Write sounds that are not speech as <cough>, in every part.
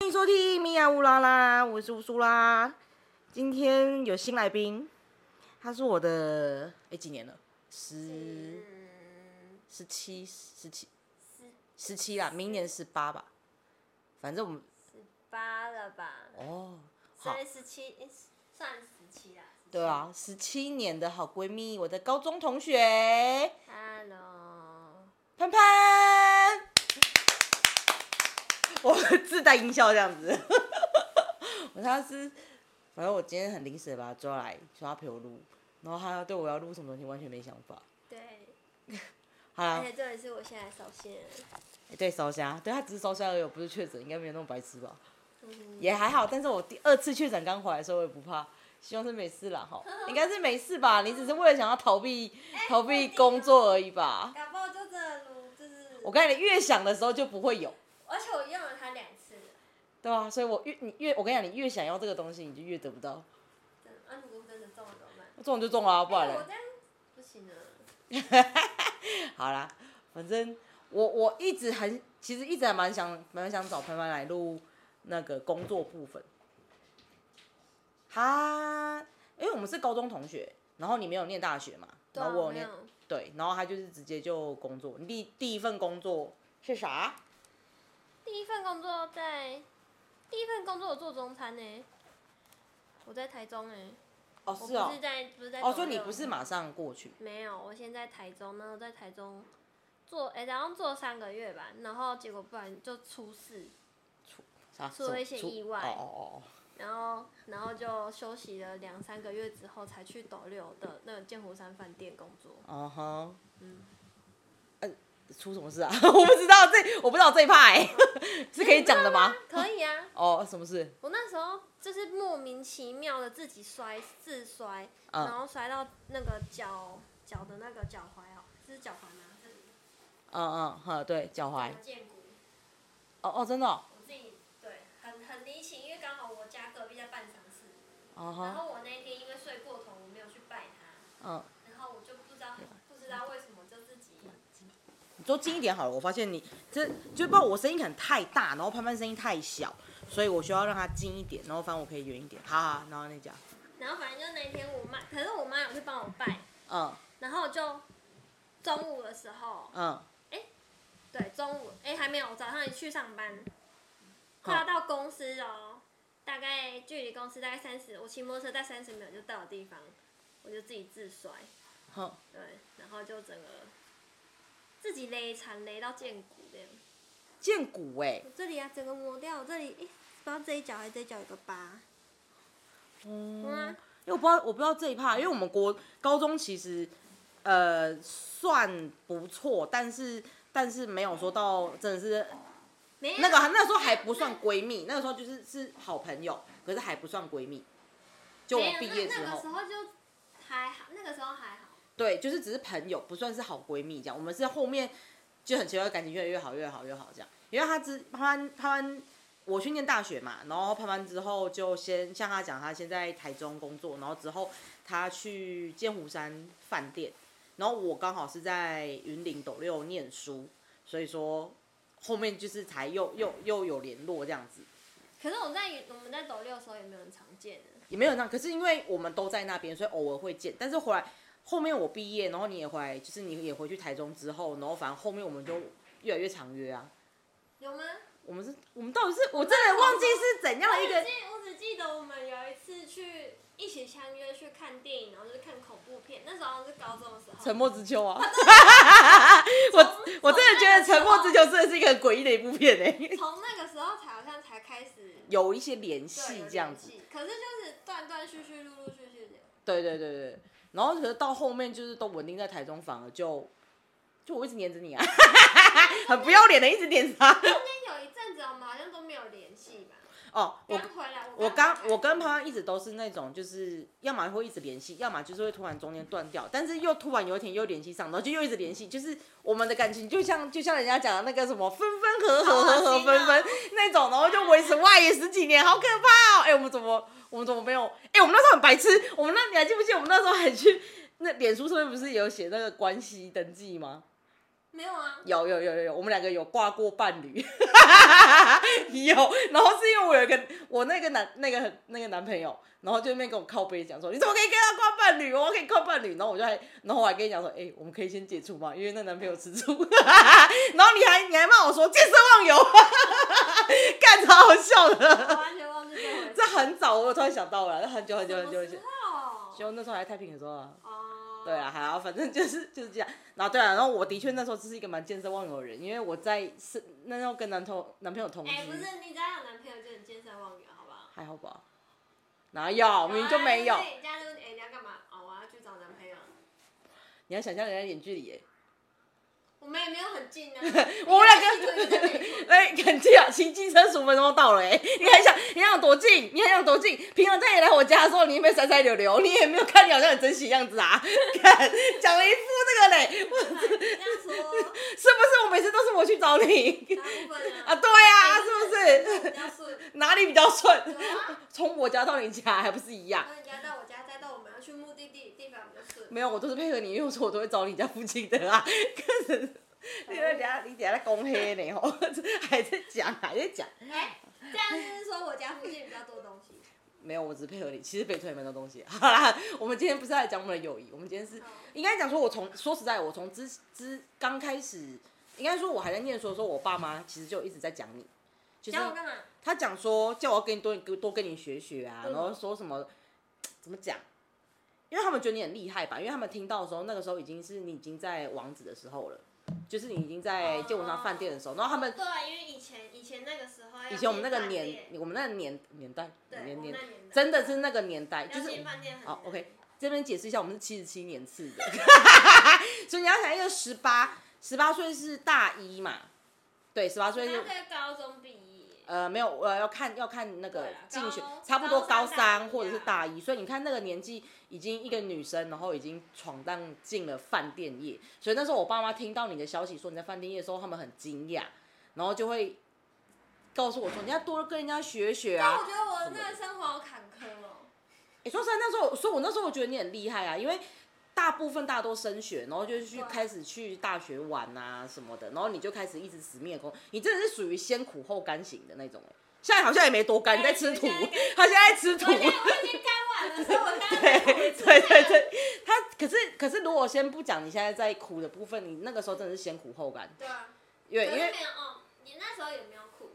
迎收听米娅乌拉拉，我是乌苏拉。今天有新来宾，他是我的哎、几年了？十嗯，十七十七十七啦，明年十八吧。反正我们八了吧？哦，好所以十七诶算十七啦。17对。啊，十七年的好闺蜜，我的高中同学 Hello，潘潘。 <laughs> 我自带音效这样子， <laughs> 我他是，反正我今天很临时地把他抓来，说他陪我录，然后他对我要录什么东西完全没想法。对，好啦而，且这也是我现在首先，欸对烧虾，对他只是烧虾而已，我不是确诊，应该没有那么白痴吧？嗯，也还好，但是我第二次确诊刚回来的时候，我也不怕，希望是没事啦哈，应该是没事吧？你只是为了想要逃避逃不避一定哦工作而已吧？搞不好就这如就是，我跟你越想的时候就不会有，而且我用了它两次了，对吧、所以我越你越我跟你讲，你越想要这个东西，你就越得不到，真的，啊，如果真的中了怎么办？中了就中了、啊，不然哎我嘞这样不行啊了，好啦，反正我我一直很其实一直还蛮想蛮想找潘潘来录那个工作部分。他，因为我们是高中同学，然后你没有念大学嘛，对然啊后我有没念有对，然后他就是直接就工作。你第第一份工作是啥？第一份工作在，第一份工作我做中餐呢、我在台中哎、哦，我是不哦是，在不是在哦，所以中你六不是马上过去，没有，我现在台中呢，在台中做，哎、然后做三个月吧，然后结果不然就出事，啥？出了一些出意外哦哦哦，然后然后就休息了两三个月之后，才去斗六的那个剑湖山饭店工作。哦哦哼，嗯呃，出什么事啊？ <laughs> 我不知道这，我不知道这一派、 <laughs> 是可以讲的吗？可以啊，哦，什么事？我那时候就是莫名其妙的自己摔自摔，嗯然后摔到那个脚脚的那个脚踝哦，这是脚踝吗？这里嗯嗯，好，对，脚踝。剑骨，哦哦，真的哦。我自己对很很离奇，因为刚好我家隔壁在办丧事。哦然哈，后我那天因为睡过头，我没有去拜他，嗯，然后我就不知道不知道为什么就自己你坐近一点好了。我发现你这就不知道我声音可能太大，然后潘潘声音太小，所以我需要让他近一点，然后反正我可以远一点。好好，然后你讲，然后反正就那天我妈，可是我妈有去帮我拜，嗯然后就中午的时候，嗯，对，中午哎还没有，早上一去上班，快要到公司哦，大概距离公司大概三十，我骑摩托车在三十秒就到的地方，我就自己自摔，好，对，然后就整个自己勒残勒到见骨这样，见骨哎、我这里啊整个磨掉，我这里哎。不知道这一脚还是这一脚有个疤，嗯嗯，啊因为我不知道我不知道这一趴，因为我们国高中其实呃算不错，但是但是没有说到真的是没有那个那时候还不算闺蜜，那个时候就是是好朋友，可是还不算闺蜜。就我没有毕业那之那后个时，候就还好，那个时候还好。对，就是只是朋友，不算是好闺蜜这样。我们是后面就很奇怪，感情越来越好，越好越好这样。因为他之潘潘潘潘，我去念大学嘛，然后潘潘之后就先像他讲，他先在台中工作，然后之后他去剑湖山饭店，然后我刚好是在云林斗六念书，所以说后面就是才又又又有联络这样子。可是我在我们在走六的时候也没有很常见的，也没有那样，可是因为我们都在那边，所以偶尔会见。但是回来后面我毕业，然后你也回来，就是你也回去台中之后，然后反正后面我们就越来越常约啊。有吗？我们是，我们到底是，我真的忘记是怎样的一我只个记我只记得我们有一次去一起相约去看电影，然后就是看恐怖片，那时候好像是高中的时候沉。默之秋啊。我我真的觉得《沉默之秋》真的是一个很诡异的一部片哎、从那个时候才好像才开始 <laughs> 有一些联对系有这样联子。系可是就是断断续续、陆陆续续的。对对对对，然后可是到后面就是都稳定在台中，反而就就我一直黏着你啊， <laughs> 很不要脸的一直黏着他。但有一阵子我们好像都没有联系吧。哦，我刚回来，我我刚回来我跟潘潘一直都是那种，就是要么会一直联系，要么就是会突然中间断掉，但是又突然有一天又联系上，然后就又一直联系，就是我们的感情就像就像人家讲的那个什么分分合合合合分分那种，然后就维持哇也十几年，好可怕哦！哎、我们怎么我们怎么没有？哎、我们那时候很白痴，我们那你还记不记得我们那时候还去那脸书上面不是有写那个关系登记吗？没有啊，有有有有有，我们两个有挂过伴侣， <laughs> 有。然后是因为我有一个我那个男那个那个男朋友，然后就在那边跟我靠背讲说，你怎么可以跟他挂伴侣？我可以挂伴侣。然后我就还，然后我还跟你讲说，哎、我们可以先解除嘛，因为那男朋友吃醋。 <laughs> 然后你还你还骂我说见色忘友， <laughs> 干超好笑的。我完全忘记 <laughs> 这回事。这很早，我突然想到了，那很久很久很久以什前么，时就候那时候还太平的时候啊。哦，对啊，，还好，反正就是就是这样。然后对啊，然后我的确那时候就是一个蛮见色忘友的人，因为我在是那时候跟男同男朋友同居，哎，不是，你只要有男朋友就很见色忘友，好不好？还好吧？哪有，明明就没有。啊就是人家就哎，你要干嘛？哦，我要去找男朋友。你要想象人家远距离耶，我们也没有很近啊， <laughs> 我们两个一人一个地图哎，很近啊，骑机车十五分钟到了哎，你还想你还想多近？你还想多近？平常在你来我家的时候，你一边三三六六，你也没有看你好像很珍惜样子啊，看讲了一副这个嘞，我是不这样说，是我每次都是我去找你 <laughs> 大部分啊？啊，对啊，是不是？ <laughs> 比较顺。哪里比较顺？有啊从我家到你家还不是一样？从你家到我家，再到我们要去目的地地方，比较顺。没有，我都是配合你，因为我说我都会找你家附近的啊。 <laughs> 可是你等下你等下在公黑呢吼， <laughs> 还在讲还在讲。哎，这样就是说我家附近比较多东 <laughs> 西。没有，我只是配合你。其实北屯也蛮多东西。 <laughs> 好啦，我们今天不是来讲我们的友谊，我们今天是哦应该讲说，我从说实在，我从之之刚开始，应该说我还在念书的时候，我爸妈其实就一直在讲你，就是讲我干嘛？他讲说叫我要跟你多多跟你学学啊，嗯然后说什么怎么讲？因为他们觉得你很厉害吧？因为他们听到的时候，那个时候已经是你已经在王子的时候了，就是你已经在建文商饭店的时候，然后他们对，因为以前以前那个时候要以前我们那个进饭哦店年，我们那个年年代，对，年我们年那年代真的是那个年代，就要是进饭店很哦难，OK，这边解释一下，我们是七十七年次的， <laughs> 所以你要想一个十八十八岁是大一嘛，对，十八岁是他在高中毕业，呃，没有，呃，要看要看那个对啦进学高，差不多高高三大三一或者是啊大一，所以你看那个年纪已经一个女生，然后已经闯荡进了饭店业，所以那时候我爸妈听到你的消息说你在饭店业的时候，他们很惊讶，然后就会告诉我说你要多跟人家学学但啊我。觉得我那个生活好坎坷哦。 <laughs> 你、说实在，那时候，所以我那时候我觉得你很厉害啊，因为大部分大家都升学，然后就去对开始去大学玩啊什么的，然后你就开始一直死命的工，你真的是属于先苦后甘型的那种、欸。现在好像也没多甘，你在吃土哎我现在，他现在在吃土。我现在我已经干完了，所以我刚对刚对对对，他可是可是，如果先不讲你现在在苦的部分，你那个时候真的是先苦后甘，对啊，因为可因是为没有哦，你那时候有没有哭？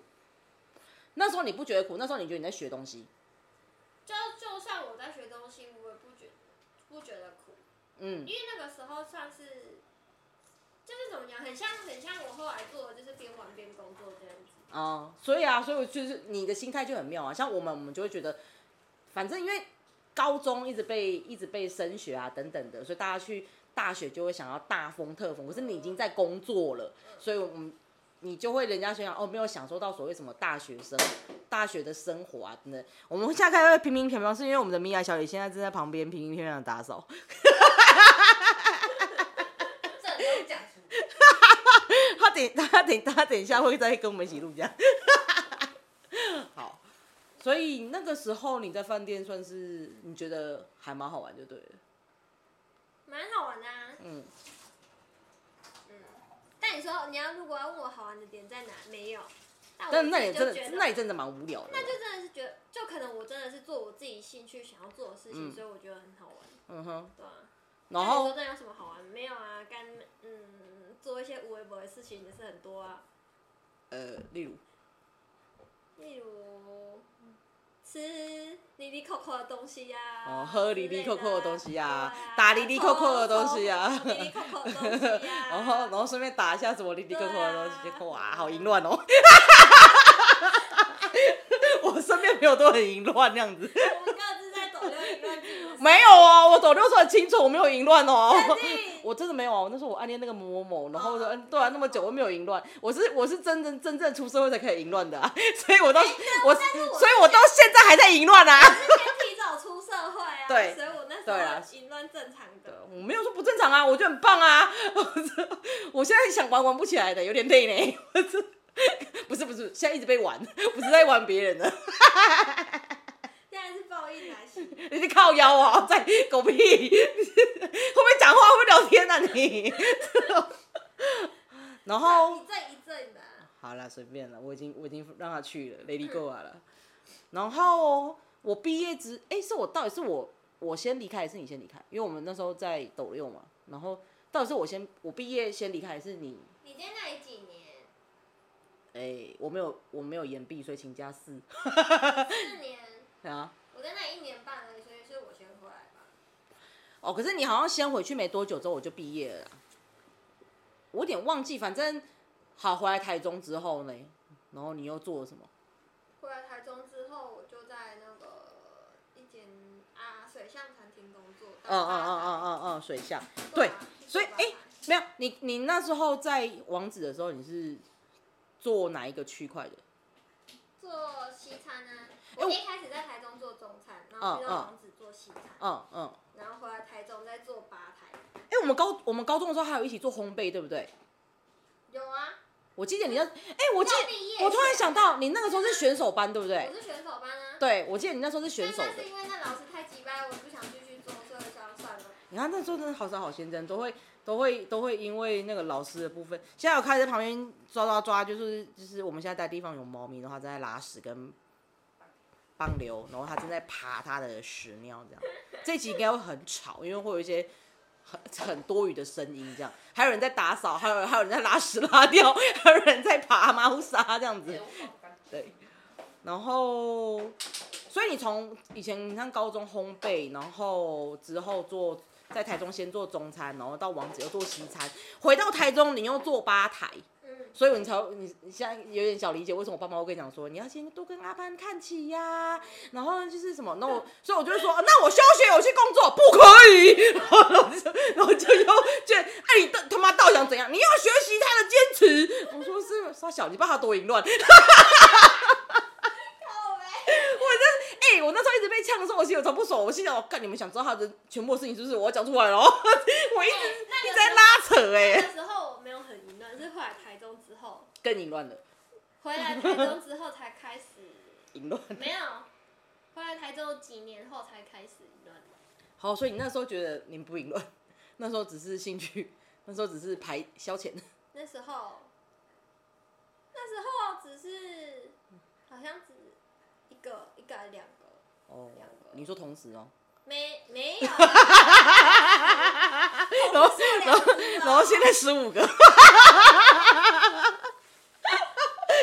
那时候你不觉得苦，那时候你觉得你在学东西，就就算我在学东西，我也不觉不觉得苦，嗯因为那个时候算是，就是怎么讲，很像很像我后来做的，就是边玩边工作这样子。啊、所以啊，所以我就是你的心态就很妙啊，像我们我们就会觉得，反正因为高中一直被一直被升学啊等等的，所以大家去大学就会想要大风特风，可是你已经在工作了，所以我们你就会人家想哦，没有享受到所谓什么大学生大学的生活啊，等等。我们下课会平平平平，是因为我们的米娅小姐现在正在旁边平平平平的打扫。这不用讲出来，他等 <laughs> 他等他等一下会再跟我们一起录这样。 <laughs> 好，所以那个时候你在饭店算是你觉得还蛮好玩就对了。蛮好玩的、啊。嗯嗯，但你说你要如果要问我好玩的点在哪，没有。但我但那自己你就真的觉得那你真的蛮无聊的。那就真的是觉得，就可能我真的是做我自己兴趣想要做的事情，嗯所以我觉得很好玩，嗯哼，对啊。然那你后说真的有什么好玩？没有啊，干嗯做一些无微博的事情也是很多啊，呃，例如例如吃离离扣扣的东西啊呀、哦，喝里里扣扣的东西啊啊对啊，，打里里扣扣的东西啊，哦抽抽离离扣扣的东西 <laughs> 呀、然后然后顺便打一下什么里里扣扣的东啊对西，啊结果哇，好淫乱哦。 <laughs> 我身边朋友都很淫乱那样子，我们各自在走六一乱进的时候没有哦， <laughs> 我走六岁很清楚，我没有淫乱哦。对我真的没有啊，那时候我暗恋那个某某某，然后我说哦嗯，对啊，那么久我没有淫乱，我是我是真正真正出社会才开始淫乱的啊， <laughs> 所以我到我哎但是我所以我到现在还在淫乱啊， <laughs> 之前提早出社会啊，对所以我那对啊时候淫乱正常的。我没有说不正常啊，我觉得很棒啊， <laughs> 我现在想玩玩不起来的，有点累呢， <laughs> 我这不是不是，现在一直被玩，不是在玩别人 <laughs> 的，现在是报应来袭，你是靠腰啊，在狗 <laughs> 屁，会不会讲话，会不会聊天啊你？ <laughs> 然后一阵一阵的啊、好啦，随便了，我已经我已经让他去了，Lady Go 了。然后哦我毕业之，哎、是我到底是我我先离开还是你先离开？因为我们那时候在斗六嘛。然后到底是我先我毕业先离开还是你？你在那里几年？哎、我没有我没有延毕，所以请加四 <laughs> 四年。啊。我在那里一年半而已，所以是我先回来吧。哦，可是你好像先回去没多久之后我就毕业了啦我有点忘记，反正好回来台中之后呢，然后你又做了什么？回来台中之后，我就在那个一间啊水象餐厅工作。嗯嗯嗯嗯嗯。嗯嗯，水下。对对啊，所以哎、没有你，你那时候在网址的时候，你是做哪一个区块的？做西餐啊，哎我我一开始在台中做中餐，然后去嗯到嗯王子做西餐，嗯嗯，然后回来台中再做吧台。哎、我们高我们高中的时候还有一起做烘焙，对不对？有啊，我记得你那，哎、我记要毕业得我突然想到，你那个时候是选手班，对不对我？是选手班啊。对，我记得你那时候是选手但的那。是因为那老师太鸡掰，我不想继续做，所以就要算了。你看那时候真的好傻好先生，都会都会都会因为那个老师的部分，现在我开始在旁边抓抓抓，就是就是我们现在待的地方有猫咪，然后它正在拉屎跟棒流，然后它正在爬它的屎尿这样。这集应该会很吵，因为会有一些很很多余的声音这样，还有人在打扫，还有还有人在拉屎拉尿， <laughs> 还有人在爬猫砂这样子。对，然后，所以你从以前你看高中烘焙，然后之后做在台中先做中餐，然后到王子又做西餐，回到台中你又做吧台，嗯，所以你才你你现在有点小理解为什么我爸妈会跟你讲说你要先多跟阿潘看齐呀、然后就是什么，那我所以我就会说、啊那我休学我去工作不可以， <laughs> 然后然后就然后就又就哎你到他妈到底想怎样？你要学习他的坚持，我说是傻小，你爸他多淫乱。靠呗。哎、我那时候一直被呛的时候，我心里有超不爽。我心想，我哦干，你们想知道他的全部的事情是不是？我要讲出来了哦。 <laughs> 我一直一直在拉扯、哎， <laughs> 那时候我没有很淫乱，是后来台中之后，更淫乱了，回来台中之后才开始，淫乱。没有，回来台中几年后才开始淫乱。好，所以你那时候觉得你不淫乱，那时候只是兴趣，那时候只是排消遣。那时候，那时候只是好像只一个一个还是两个，哦两个，你说同时哦，没没有啦， <laughs> 然后是两只然后哦现在十五个， <laughs>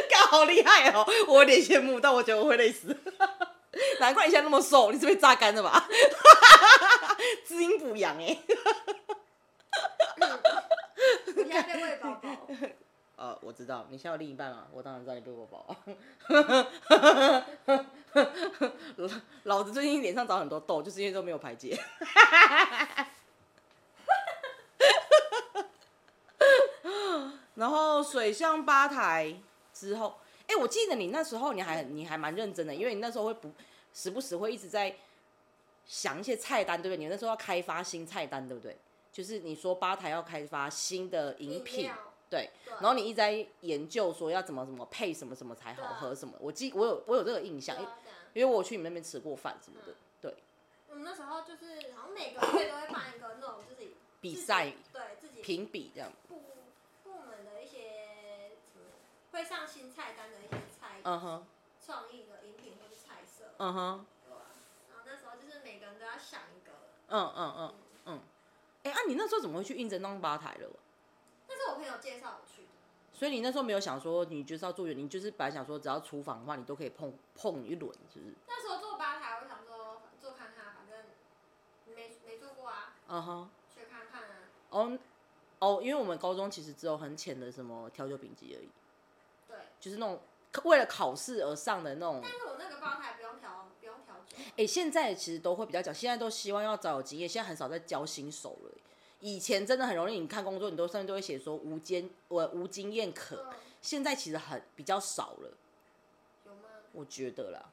干好厉害哦！我有点羡慕，但我觉得我会累死。难怪你现在那么瘦，你是被榨干的吧？ <laughs> 滋阴补阳哎。我现在被喂饱饱。呃，我知道，你现在有另一半嘛？我当然知道你被我包。 <laughs> 老老子最近脸上长很多痘，就是因为都没有排解。 <laughs> 然后水象吧台之后，哎、我记得你那时候你还你还蛮认真的，因为你那时候会不时不时会一直在想一些菜单，对不对？你那时候要开发新菜单，对不对？就是你说吧台要开发新的饮饮品料，对，对然后你一直在研究说要怎么怎么配什么什么才好喝什么，我记我有我有这个印象，啊对因啊嗯这样因为我有去你们那边吃过饭什么的，对，我们那时候就是好像每个月都会办一个那种自己比赛自己对自己评比这样，部部门的一些什么会上新菜单的一些菜，嗯哼，创意的饮品或是菜色，嗯哼，对啊然后那时候就是每个人都要想一个，嗯嗯嗯嗯，哎、啊，你那时候怎么会去应征当吧台了？啊那是我朋友介绍我去的。所以你那时候没有想说你就是要做远，你就是本来想说只要厨房的话你都可以碰碰一轮，是不是？那时候做吧台，我想说做看看，反正没没做过啊，嗯哼，学看看啊。哦哦，因为我们高中其实只有很浅的什么调酒丙级而已，对，就是那种为了考试而上的那种。但是我那个吧台不用调，不用调酒，哎、现在其实都会比较讲，现在都希望要找有经验，现在很少在教新手了。以前真的很容易，你看工作，你都上面都会写说无经我无经验可，嗯现在其实很比较少了，有吗？我觉得啦。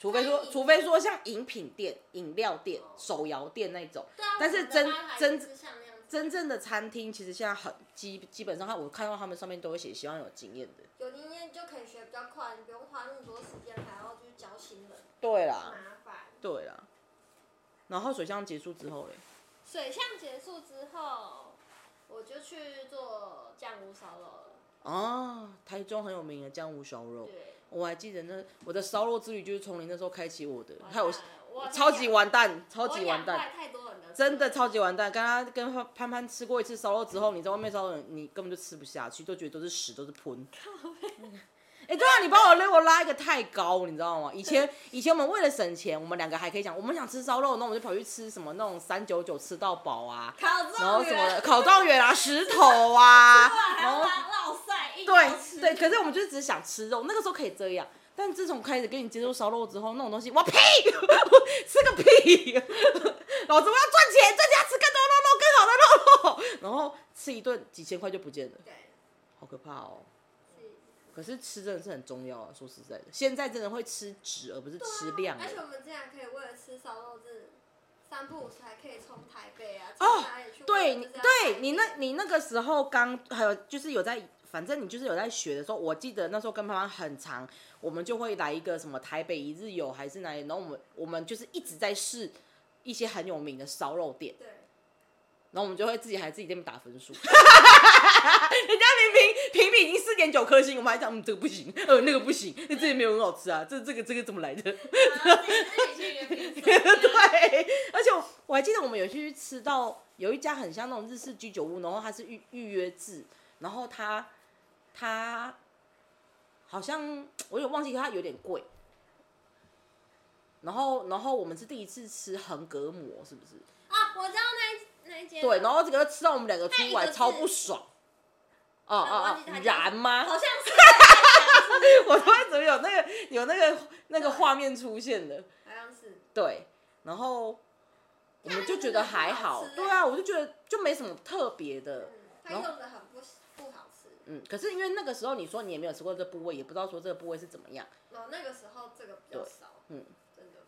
除非说餐，饮除非说像饮品店、饮料店哦、手摇店那种，对啊，但是我们的真吧台真就是像那样子，真正的餐厅其实现在很基基本上看，我看到他们上面都会写希望有经验的。有经验就可以学比较快，你不用花那么多时间还要去教新人，对啦，麻烦。对啦。然后水象结束之后嘞，水象结束之后，我就去做酱屋烧肉了。哦，台中很有名的江湖烧肉，对，我还记得那我的烧肉之旅就是从你那时候开启我的，完还有呃蛋了我超级完蛋，超级完，我养蛋，坏太多人的，真的超级完蛋。刚刚跟潘潘潘吃过一次烧肉之后，你在外面烧肉，你根本就吃不下去，就觉得都是屎，都是喷。哎、对啊，你把我 level 拉一个太高，你知道吗？以前以前我们为了省钱，我们两个还可以讲，我们想吃烧肉，那我们就跑去吃什么那种三九九吃到饱啊，烤然后状什么的元，烤状元啊、石 <laughs> 头啊，还然要后把老晒，硬要吃对对，可是我们就是只想吃肉，那个时候可以这样。但自从开始跟你接触烧肉之后，那种东西，我呸， <laughs> 吃个屁！ <laughs> 老子我要赚钱，赚钱要吃更多肉肉，更好的肉肉。然后吃一顿几千块就不见了，对，好可怕哦！是可是吃真的是很重要啊，说实在的，现在真的会吃值而不是吃量了而且我们竟然可以为了吃烧肉日，三不五时还可以从台北啊，哦从哪里去玩？对，就你是要对排你队那，你那个时候刚还有就是有在，反正你就是有在学的时候，我记得那时候跟妈妈很长，我们就会来一个什么台北一日游还是哪里，然后我们我们就是一直在试一些很有名的烧肉店，对，然后我们就会自己还自己在那边打分数。人家明明评比已经四点九颗星，我们还讲嗯这个不行，呃那个不行，那这个没有很好吃啊，这这个这个怎么来的？然后自己去原 <laughs> 品手对，而且我我还记得我们有去吃到有一家很像那种日式居酒屋，然后它是预预约制，然后它它好像我有点忘记，它有点贵。然后然后我们是第一次吃横隔膜，是不是？啊，我知道那一那 <laughs> 一间了，对，然后这个吃到我们两个它一出来个超字不爽。哦哦我忘哦记它，叫燃吗？好像是 <laughs> 我突然怎么有那个有那个那个画面出现了？ <laughs> 好像是。对，然后我们那就个觉得真的很还好好，吃对欸啊，我就觉得就没什么特别的嗯，，它然后用的很不不好吃。嗯。可是因为那个时候你说你也没有吃过这部位，也不知道说这个部位是怎么样，然后那个时候这个比较对少，嗯，真的。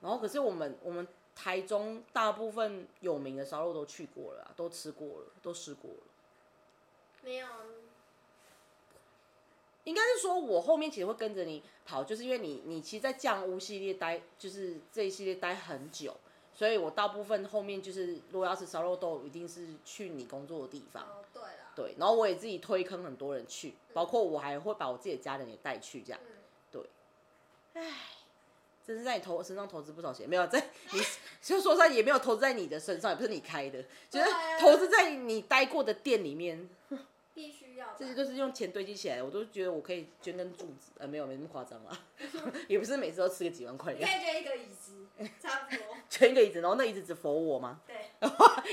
然后可是我们我们台中大部分有名的烧肉都去过了啊、都吃过了，都吃过了。没有，应该是说，我后面其实会跟着你跑，就是因为你，你其实，在酱屋系列待，就是这一系列待很久，所以我大部分后面就是，如果要吃烧肉豆，一定是去你工作的地方。哦，对啦，对，然后我也自己推坑很多人去，包括我还会把我自己的家人也带去，这样嗯，真是在你投身上投资不少钱，没有在你， <laughs> 就说实在也没有投资在你的身上，也不是你开的，就是对 <laughs> 啊投资在你待过的店里面，必须要的。这些都是用钱堆积起来的，我都觉得我可以捐根柱子，呃，没有没那么夸张啦，也不是每次都吃个几万块你可以捐一个椅子，差不多。捐一个椅子，然后那椅子只佛我吗？ <laughs> 对，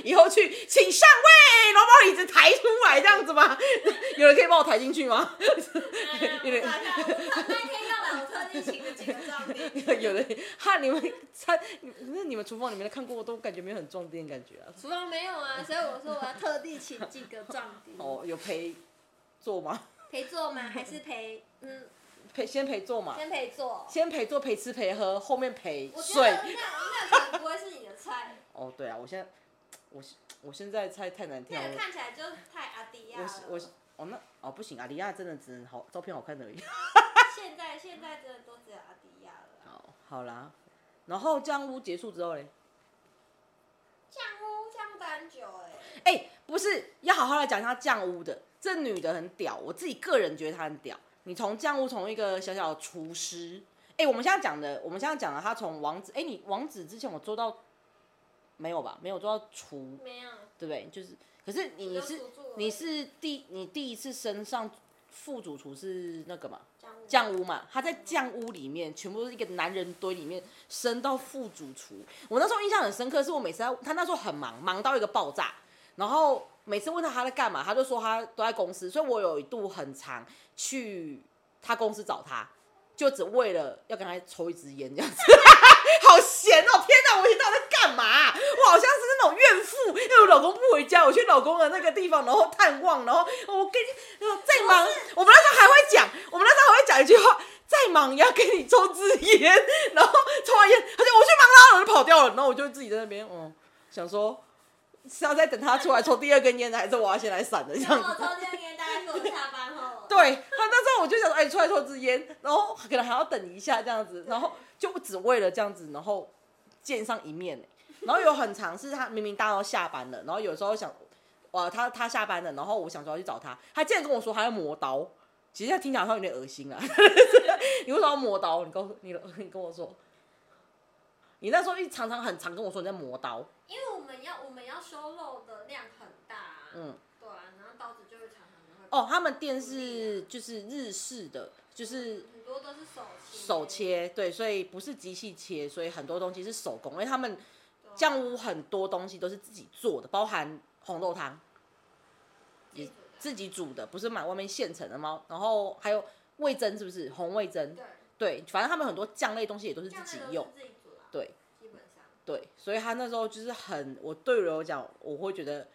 以后去请上位，然后把我椅子抬出来这样子吗？ <laughs> 有人可以帮我抬进去吗？有嗯点大概哎我那天要来，我特地请了几个照 <laughs> 片。有人哈，你们餐，那你们厨房里面看过，都感觉没有很壮店感觉啊。厨房没有啊，所以我说我要特地请几个壮丁，哦，有陪坐吗？陪坐吗？还是陪嗯，陪先陪坐嘛，先陪坐。先陪坐陪吃陪喝，后面陪我觉得睡那。那可能不会是你的菜，哦，对啊，我现在我我现在猜太难跳那个了。看起来就太阿迪亚我了是。我是哦那哦不行，阿迪亚真的只能好照片好看而已。 <laughs> 现在现在真的都只有阿迪亚了。好，好啦，然后酱屋结束之后嘞，酱屋酱屋很久哎、哎、不是，要好好来讲一下酱屋的。这女的很屌，我自己个人觉得她很屌。你从酱屋从一个小小的厨师，哎、我们现在讲的，我们现在讲的，她从王子，哎、你王子之前我做到没有吧？没有做到厨，没有，对不对？就是，可是你你你是你是第你第一次升上副主厨是那个嘛？酱屋酱屋嘛，他在酱屋里面全部都是一个男人堆里面升到副主厨。我那时候印象很深刻，是我每次在他那时候很忙，忙到一个爆炸，然后每次问他他在干嘛，他就说他都在公司，所以我有一度很常去他公司找他，就只为了要跟他抽一支烟这样子。好闲哦！天哪，我一天到晚在干嘛啊、我好像是那种怨妇，因为我老公不回家，我去老公的那个地方，然后探望，然后我跟你呃再忙，我们那时候还会讲，我们那时候还会讲一句话：再忙也要给你抽支烟。然后抽完烟，他就我去忙啦，然后就跑掉了。然后我就自己在那边，嗯，想说是要再等他出来抽第二根烟呢，还是我要先来闪的这样然子后我中间跟大家说我下班后， <laughs> 对他那时候我就想说，哎，出来抽支烟，然后可能还要等一下这样子，然后就只为了这样子，然后见上一面、欸、然后有很长是他明明大家都下班了，然后有时候想呃，他他下班了，然后我想说要去找他，他竟然跟我说他要磨刀，其实他听起来好像有点恶心啊。 <laughs> 你为什么要磨刀？你跟我你你跟我说，你那时候一常常很常跟我说你在磨刀，因为我们要我们要收肉的量很大、啊，嗯，对啊，然后刀子就会常常就会哦，他们店是就是日式的，就是很多都是手切，手，切，对，所以不是机器切，所以很多东西是手工，因为他们酱样屋很多东西都是自己做的，包含红豆汤对自己煮的，不是买外面现成的吗？然后还有味噌是不是红味噌？对，反正他们很多酱类东西也都是自酱己类都是用，自己煮啦，对基本上对，所以他那时候就是很，我对我来讲，我会觉得，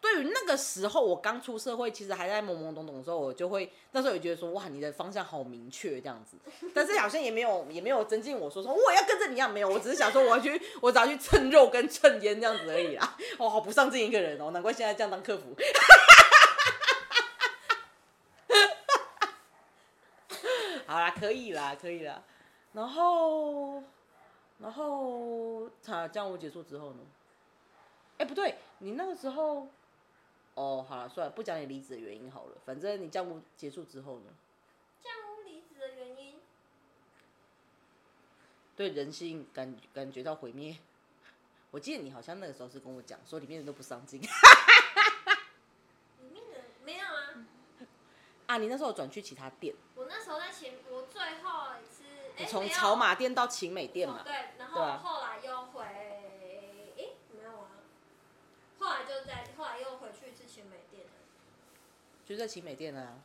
对于那个时候我刚出社会，其实还在懵懵懂懂的时候，我就会那时候也觉得说，哇，你的方向好明确这样子，但是好像也没有也没有增进我说说我也要跟着你一样，没有，我只是想说我要去，我只要去蹭肉跟蹭烟这样子而已啦， <laughs> 哦，好不上进一个人哦，难怪现在这样当客服。 <laughs> 好啦，可以啦，可以啦。然后，然后，他这样我结束之后呢？哎，不对，你那个时候，哦，好了，算了，不讲你离职的原因好了。反正你这样我结束之后呢，酱屋离职的原因，对人性感感觉到毁灭。 <laughs> 我记得你好像那个时候是跟我讲说里面人都不上进 <laughs> 里面的没有啊，啊，你那时候有转去其他店，我那时候在前，我最后一次，哎你从没有草马店到晴美店哦嘛，对，然对后啊后来又回，诶，没有啊，后来就在，后来又回去之前美店了。就在晴美店啊。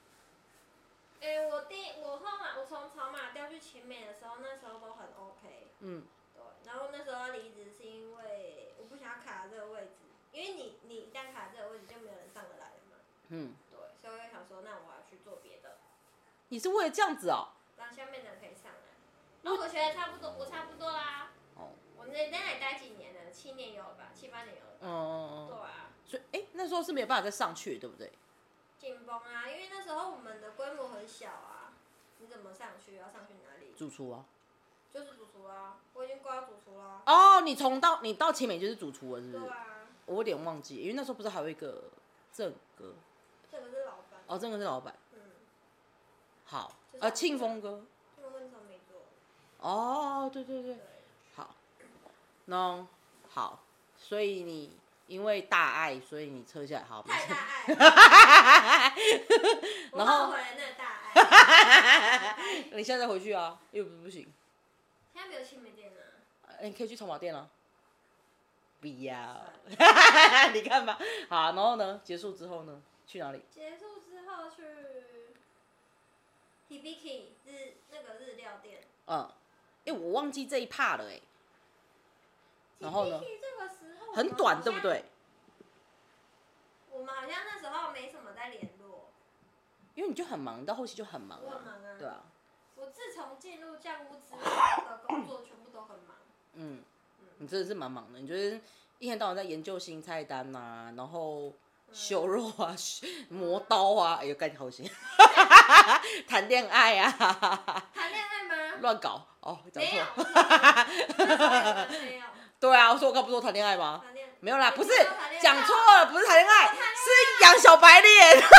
诶，我第我后来我从草马调去前美的时候，那时候都很 OK，嗯，对。然后那时候离职是因为我不想要卡这个位置，因为你你一旦卡这个位置就没有人上得来了嘛，嗯，对。所以我就想说，那我要去做别的，你是为了这样子哦？让下面的人可以上来。那我觉得差不多，我差不多啦。哦，我那在那里待几年了？七年有了吧？七八年有了吧？嗯，对啊。所以哎、那时候是没有办法再上去，对不对？紧绷啊，因为那时候我们的规模很小啊，你怎么上去？要上去哪里？主厨啊。就是主厨啊，我已经挂到主厨啦。哦，你从到你到青美就是主厨了，是不是？对啊，我有点忘记，因为那时候不是还有一个郑哥，这个是老板，哦，郑哥是老板，嗯，好就，是呃，庆丰哥，这个问题没做。哦，对对对对，，好，那好，所以你因为大爱，所以你撤下来，好，没太事 <laughs> 大爱了，我然后后悔了那大爱。你现在回去啊，又不不行， <laughs> 现在没有青梅店了，呃你可以去淘宝店了、不要 <laughs> 算，了你看吧，好，然后呢，结束之后呢，去哪里？结束之后去 Hibiki 日那个日料店。嗯，哎、我忘记这一 part 了、哎，然后呢 Hibiki 这个时候我们很短，好像对不？对？我们好像那时候没什么在联络，因为你就很忙，到后期就很忙我很了，忙啊。对啊，我自从进入酱屋之后的工作全部都很忙，嗯嗯，你真的是蛮忙的，你就是一天到晚在研究新菜单呐、然后嗯修肉啊、修磨刀啊，哎呦，干好 <laughs> 心，谈恋爱啊，谈恋爱吗？乱搞哦，讲没有错，，没有，对啊，我说我刚不是说谈恋爱 <laughs> 吗？谈恋没有啦，你不是没有谈恋爱啊讲错了，不是谈恋爱，我谈恋爱啊是养小白脸。 <laughs>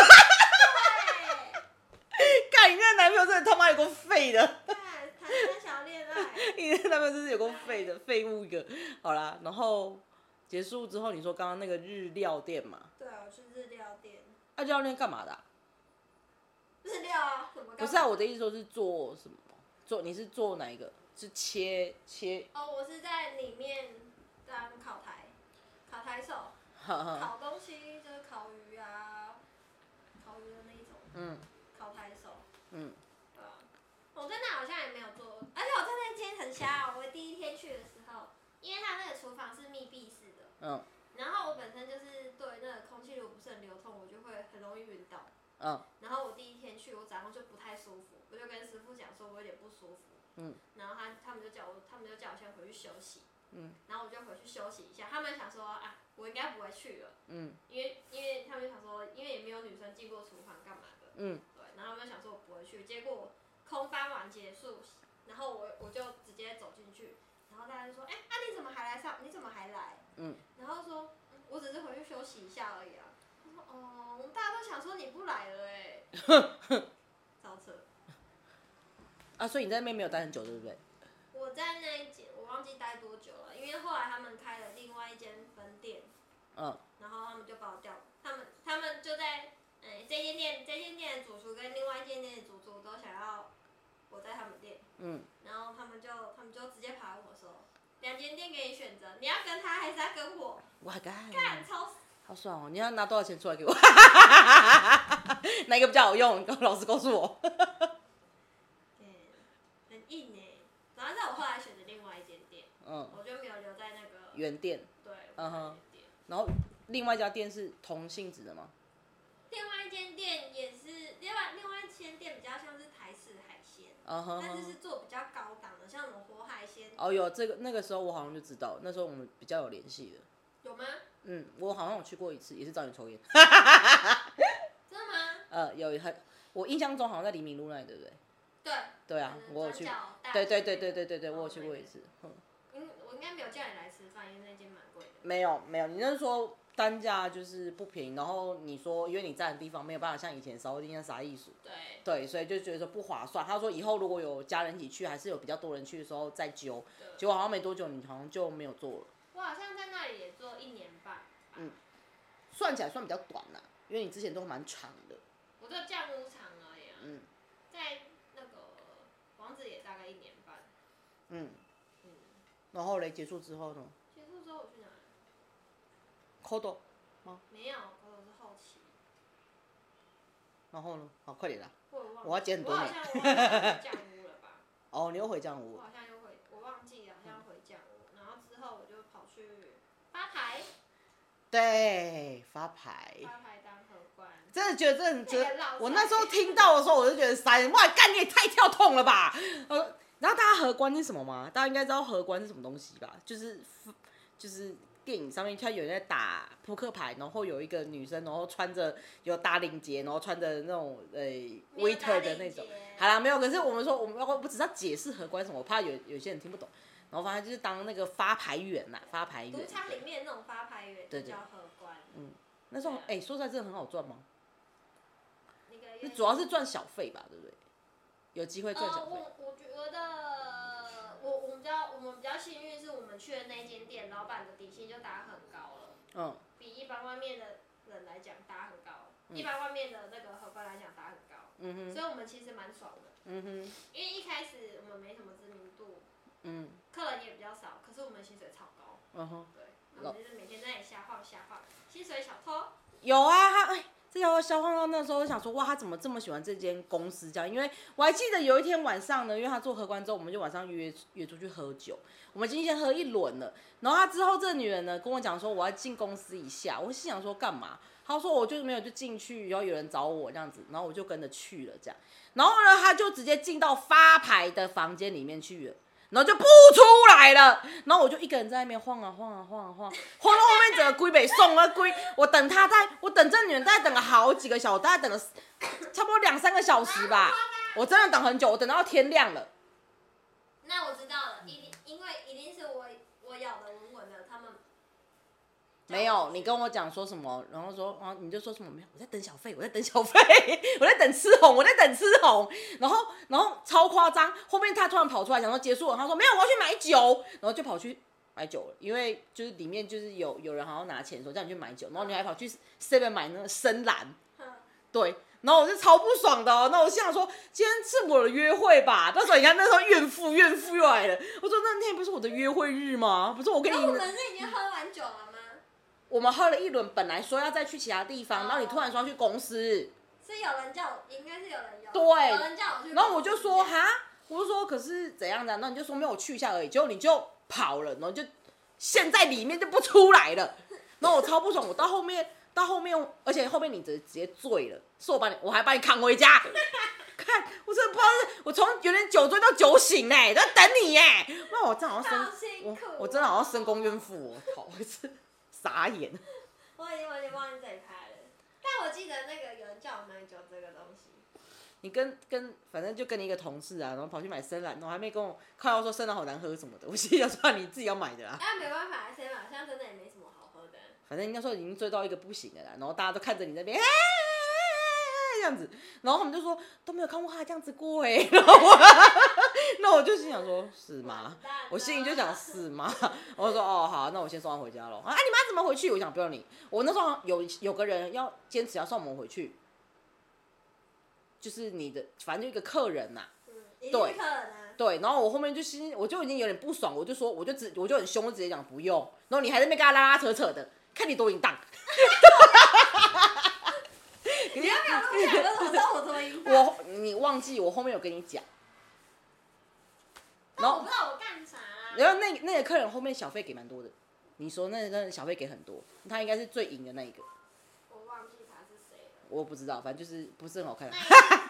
爱，干，你那个男朋友真的他妈有够废的，对，谈三小恋爱，你那个男朋友真是有够废的，废物一个。好啦，然后结束之后，你说刚刚那个日料店嘛，对，啊我去日料店，那、日料店干嘛的啊、日料啊，怎么？不是啊，，我的意思说是做什么？做你是做哪一个？是切切，哦，我是在里面当烤台，烤台手，哈哈，烤东西就是烤鱼啊，烤鱼的那一种，嗯烤台手，嗯，对啊，我在那好像也没有做，而且我在那间很瞎哦。我第一天去的时候，因为它那个厨房是密闭式的，嗯然后我本身就是对那个空气如果不是很流通，我就会很容易晕倒。嗯，然后我第一天去，我早上就不太舒服，我就跟师傅讲说我有点不舒服，嗯，然后他他们就叫我，他们就叫我先回去休息，嗯，然后我就回去休息一下。他们想说啊，我应该不会去了，嗯因为因为他们就想说，因为也没有女生进过厨房干嘛的，嗯，对，然后我就想说我不会去，结果空翻完结束，然后我我就直接走进去，然后大家就说，哎、啊你怎么还来上？你怎么还来？嗯，然后说嗯我只是回去休息一下而已啊，哦，我们大家都想说你不来了哎、欸，超扯。啊，所以你在那边没有待很久，对不对？我在那一间我忘记待多久了，因为后来他们开了另外一间分店，嗯，然后他们就把我调，他们他们就在嗯这间店这间店的主厨跟另外一间店的主厨都想要我在他们店，嗯，然后他们就他们就直接跑来我说，两间店给你选择，你要跟他还是要跟我？ <laughs> 哇干，干超好爽哦！你要拿多少钱出来给我？ <laughs> 哪一个比较好用？你跟老师告诉我。嗯，很硬哎、然后在我后来选择另外一间店，嗯，我就没有留在那个原店，对，嗯哼我在那间店然后另外一家店是同性质的吗？另外一间店也是，另外另外一间店比较像是台式海鲜，嗯哼但是哼是。做比较高档的，像什么活海鲜，哦，有这个那个时候我好像就知道，那时候我们比较有联系的。有吗？嗯，我好像有去过一次，也是找你抽烟。真的吗？呃，有很，我印象中好像在黎明路那里，对不对？对，对啊可，能我有转去。角大对对街对对对对对，哦我有去过一对次。嗯，嗯，我应该没有叫你来吃饭，因为那间蛮贵的。没有没有，你那时候单价就是不平，然后你说因为你在的地方没有办法像以前烧丁那啥艺术，对对，所以就觉得说不划算。他说以后如果有家人一起去，还是有比较多人去的时候再揪。结对，果好像没多久，你好像就没有做了，我好像在那里也做一年半吧，嗯算起来算比较短啦、因为你之前都蛮长的。我做酱屋厂而已、啊，嗯在那个王子也大概一年半。嗯，嗯，然后嘞结束之后呢结束之后我去哪里？ ，Codo，没有，我是后期。然后呢，好快点啦。我也忘了我要剪很多我好年像我好像回酱屋了吧？哦，你又回江我湖，好像又回，我忘记了，好像回酱屋。然后之后我就跑去发牌，对，发牌。发牌当荷官。真的觉得这很那值个老。我帅那时候听到的时候，我就觉得三哇，干你也太跳痛了吧！呃，然后大家荷官是什么吗？大家应该知道荷官是什么东西吧？就是就是电影上面看有人在打扑克牌，然后有一个女生，然后穿着有打领结，然后穿着那种呃没有打 waiter 领结的那种。好啦，没有。可是我们说，我们我不只是要解释荷官什么，我怕有有些人听不懂。然后反正就是当那个发牌员呐，发牌员赌。场里面那种发牌员就对对叫荷官，那时候哎、说出来真的很好赚吗？那个那有主要是赚小费吧，对不对？有机会赚呃，小费。我我觉得我我们比较我们比较幸运，是我们去的那间店，老板的底薪就打很高了，嗯，比一般外面的人来讲打很高，嗯一般外面的那个荷官来讲打很高，嗯哼，所以我们其实蛮爽的，嗯哼，因为一开始我们没什么知名度，嗯，客人也比较少，可是我们薪水超高，然后对，我们就是每天在那里瞎晃瞎晃，薪水小偷，有啊，他哎，这条消防到那时候我想说，哇，他怎么这么喜欢这间公司这样？因为我还记得有一天晚上呢，因为他做荷官之后，我们就晚上约约出去喝酒，我们已经先喝一轮了。然后他之后，这个女人呢跟我讲说，我要进公司一下，我心想说干嘛？他说我就是没有就进去，然后有人找我这样子，然后我就跟着去了这样。然后呢，他就直接进到发牌的房间里面去了。然后就不出来了，然后我就一个人在那边晃啊晃啊晃啊晃，晃到后面整个龟北送了龟，我等他在，我等这女人大概等了好几个小时，大概等了差不多两三个小时吧，我真的等很久，我等到天亮了。那我知道了，一定嗯因为一定是我我咬的稳稳的，他们没有，你跟我讲说什么，然后说啊，你就说什么没有，我在等小费，我在 <laughs> 等小费，我在等吃红，我在等吃红，然后然后超夸张，后面他突然跑出来想说结束了，他说没有，我要去买酒，然后就跑去买酒了，因为就是里面就是有有人好像拿钱说叫你去买酒，然后你还跑去 seven 买那个深蓝，哼对。然后我就超不爽的、哦，那我心想说，今天是我的约会吧？那时候你看那时候怨妇怨妇又来了，我说那天不是我的约会日吗？不是我跟你那我们是已经喝完酒了吗？我们喝了一轮，本来说要再去其他地方，哦然后你突然说要去公司，是有人叫我，应该是有人有，对有人叫我去。然后我就说，哈，我就说可是怎样的，然后你就说没有我去一下而已，结果你就跑了，然后就陷在里面就不出来了，然后我超不爽，我到后面到后面，而且后面你直直接醉了，是我把你我还把你扛回家， <laughs> 看我真的不知道是，我从有点酒醉到酒醒嘞、在等你耶、那我真的好像好深，辛我苦哦我真的好像深宫怨妇哦，我靠，我是傻眼。我已经完全忘记这一拍了。但我记得那个有人叫我买酒这个东西，你跟跟反正就跟你一个同事啊，然后跑去买深蓝，然后还没跟我靠腰说 <laughs> 深蓝好难喝什么的，我心里想说你自己要买的啦，啊但没办法，谁好像真的也没什么好喝的。反正那时候已经追到一个不行的啦，然后大家都看着你那边，哎哎哎哎哎这样子，然后他们就说都没有看过他这样子过哎、 <laughs> 然后我，那我就心想说是吗？完蛋了啊我心里就想是吗？我就说哦好，那我先送他回家喽。啊，你妈怎么回去？我想不用你。我那时候有有个人要坚持要送我们回去，就是你的，反正就一个客人呐、嗯，一定对可能。对，然后我后面就心，我就已经有点不爽，我就说，我就直，我就很凶，我直接讲不用。然后你还在那边跟他拉拉扯扯的，看你多淫荡。 <laughs> 你要不要录下来？我怎么知道我怎么赢？我你忘记我后面有跟你讲，然但我后不知道我干啥啦。然后那那个客人后面小费给蛮多的，你说那个小费给很多，他应该是最赢的那一个，我忘记他是谁了。我不知道，反正就是不是很好看啊那。应该 <laughs> 好，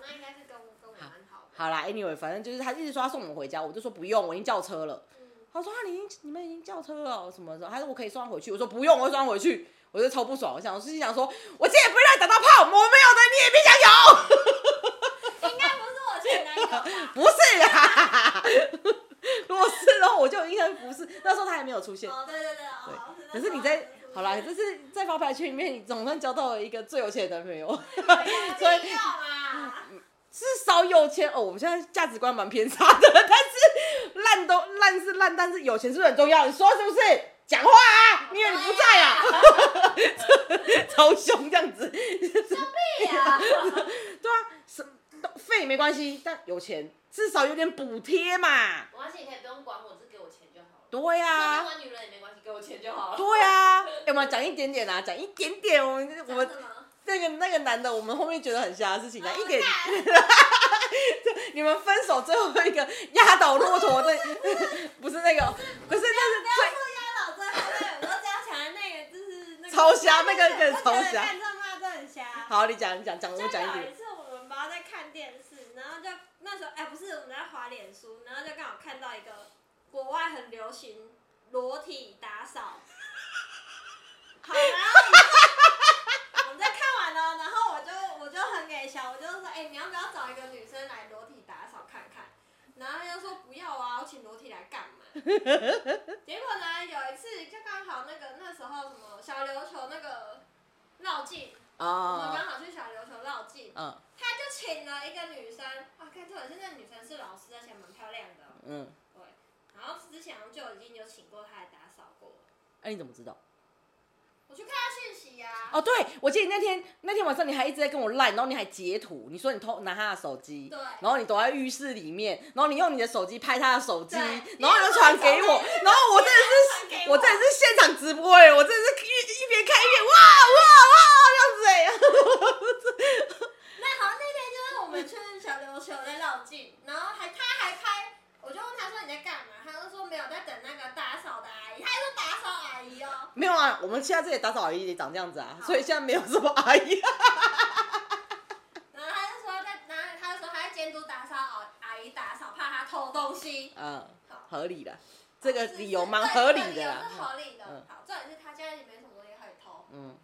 那应该是跟我跟我蛮好的。好啦，anyway，反正就是他一直说要送我们回家，我就说不用，我已经叫车了。嗯，他说啊，你已经你们已经叫车了哦，什么的，还是我可以送他回去？我说不用，我会送他回去。我就超不爽，我想我心想说，我今天也不会让你打到炮，我没有的你也别想有，应该不是我前男友 <laughs> 吧？不是啊。 <laughs> 如果是的话，我就应该不是。那时候他还没有出现，哦，对对对，哦。可是你在好啦，这是在发牌群里面，你总算交到了一个最有钱的男朋友， <laughs> 所以嘛，至少有钱哦。我们现在价值观蛮偏差的，但是烂都烂是烂，但是有钱是不是很重要？你说是不是？讲话啊！你以为你不在啊？超凶这样子， <laughs> 对呀，对啊，什都废没关系，但有钱至少有点补贴嘛。没关系，你可以不用管我，只给我钱就好了。对呀、那啊，管女人也没关系，给我钱就好了。对呀、啊，哎、我们讲一点点啊，讲一点点，我们我我们那个那个男的，我们后面觉得很瞎的事情啊，一点， <laughs> 你们分手最后一个压倒骆驼的， <laughs> 不是那个，不是不要那说压老最后面，我都加强那个就是那是最个超瞎，那个我更觉超得瞎。干这骂这很瞎。好，你讲，你讲，讲，我就们讲一有一点。次我们妈在看电视，然后就那时候哎、不是我们在滑脸书，然后就刚好看到一个国外很流行裸体打扫。 <laughs> 好，然后我们我们在看完了，然后我就我就很给小，我就说哎、你要不要找一个女生来裸体打扫看看？然后他就说不要啊，我请裸体来干嘛？结果呢，有一次就刚好那个那时候什么小琉球那个绕境，我们啊，刚好去小琉球绕境。嗯他就请了一个女生，哇，看这现在女生是老师，而且蛮漂亮的哦。嗯，对，然后之前就已经有请过她来打扫过了。哎，你怎么知道？我去看她讯息呀、啊。哦，对，我记得你那天那天晚上你还一直在跟我赖，然后你还截图，你说你偷拿他的手机，对然后你躲在浴室里面，然后你用你的手机拍他的手机，对然后又传给你我，然后我真传的给是我我真的是现场直播哎，我真的是一一边看一边哇哇哇这样欸子哎，那好，像那天就是我们去小琉球在绕境，然后还他还拍，我就问他说你在干嘛，他就说没有在等那个打扫的阿姨，他还说打扫阿姨哦。 <laughs> 没有啊，我们现在这里打扫阿姨也长这样子啊，好所以现在没有什么阿姨、 <laughs> 啊，然后他就说在，然后他就说他在监督打扫阿阿姨打扫，怕她偷东西。嗯，好，合理的，这个理由蛮对合这理个的理由啦是，合理的嗯。好，重点是他家里没什么东西可以偷。嗯，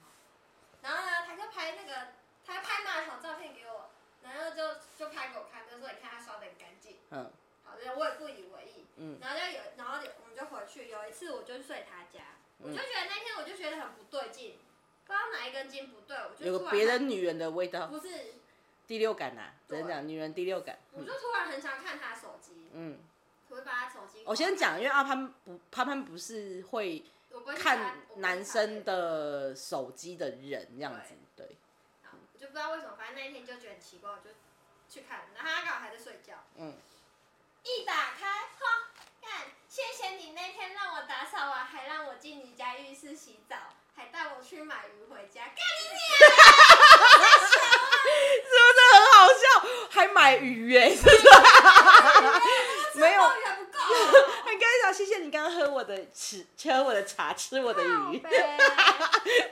然后呢，他就拍那个，他拍马桶照片给我，然后就就拍给我看，就说你看他刷的很干净。嗯。好，然后我也不以为意。嗯然后就有，然后我们就回去。有一次我就睡他家，我就嗯觉得那天我就觉得很不对劲，不知道哪一根筋不对，我就有突个然别的嗯女人的味道，不是，第六感呐、啊，只能对讲女人第六感，我就突然很想看他手机，嗯。我会把他手机。我先，讲，因为阿潘不潘潘不是会我不会去看我不会男查生的手机的人这样子，对，好我就不知道为什么，反正那一天就觉得很奇怪，我就去看，然后他刚好还在睡觉，嗯，一打开，哈，看，谢谢你那天让我打扫完，还让我进你家浴室洗澡，还带我去买鱼回家，干你娘！是不是很好笑？还买鱼耶、是不是？没有，鱼还不够啊、很该讲谢谢你刚刚喝我的吃吃我的茶吃我的 <laughs> 鱼， <laughs> 靠北干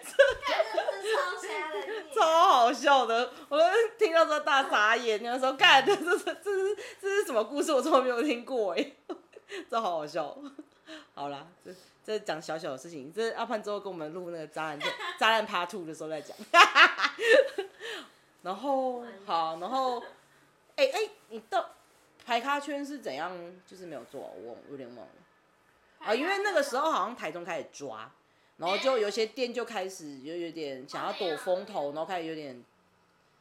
真的是超 <laughs> 瞎的你，超好笑的。我听到这大傻眼，那时候干这这这是这是什么故事？我从来没有听过哎、 <laughs> 这好好笑。好啦，这这讲小小的事情，这阿潘之后跟我们录那个渣男渣男 Part Two 的时候再讲。 <laughs> 然后好，然后哎哎、你到排咖圈是怎样？哦就是没有做，我忘有点忘了啊，因为那个时候好像台中开始抓，然后就有些店就开始就有点想要躲风头，然后开始有点，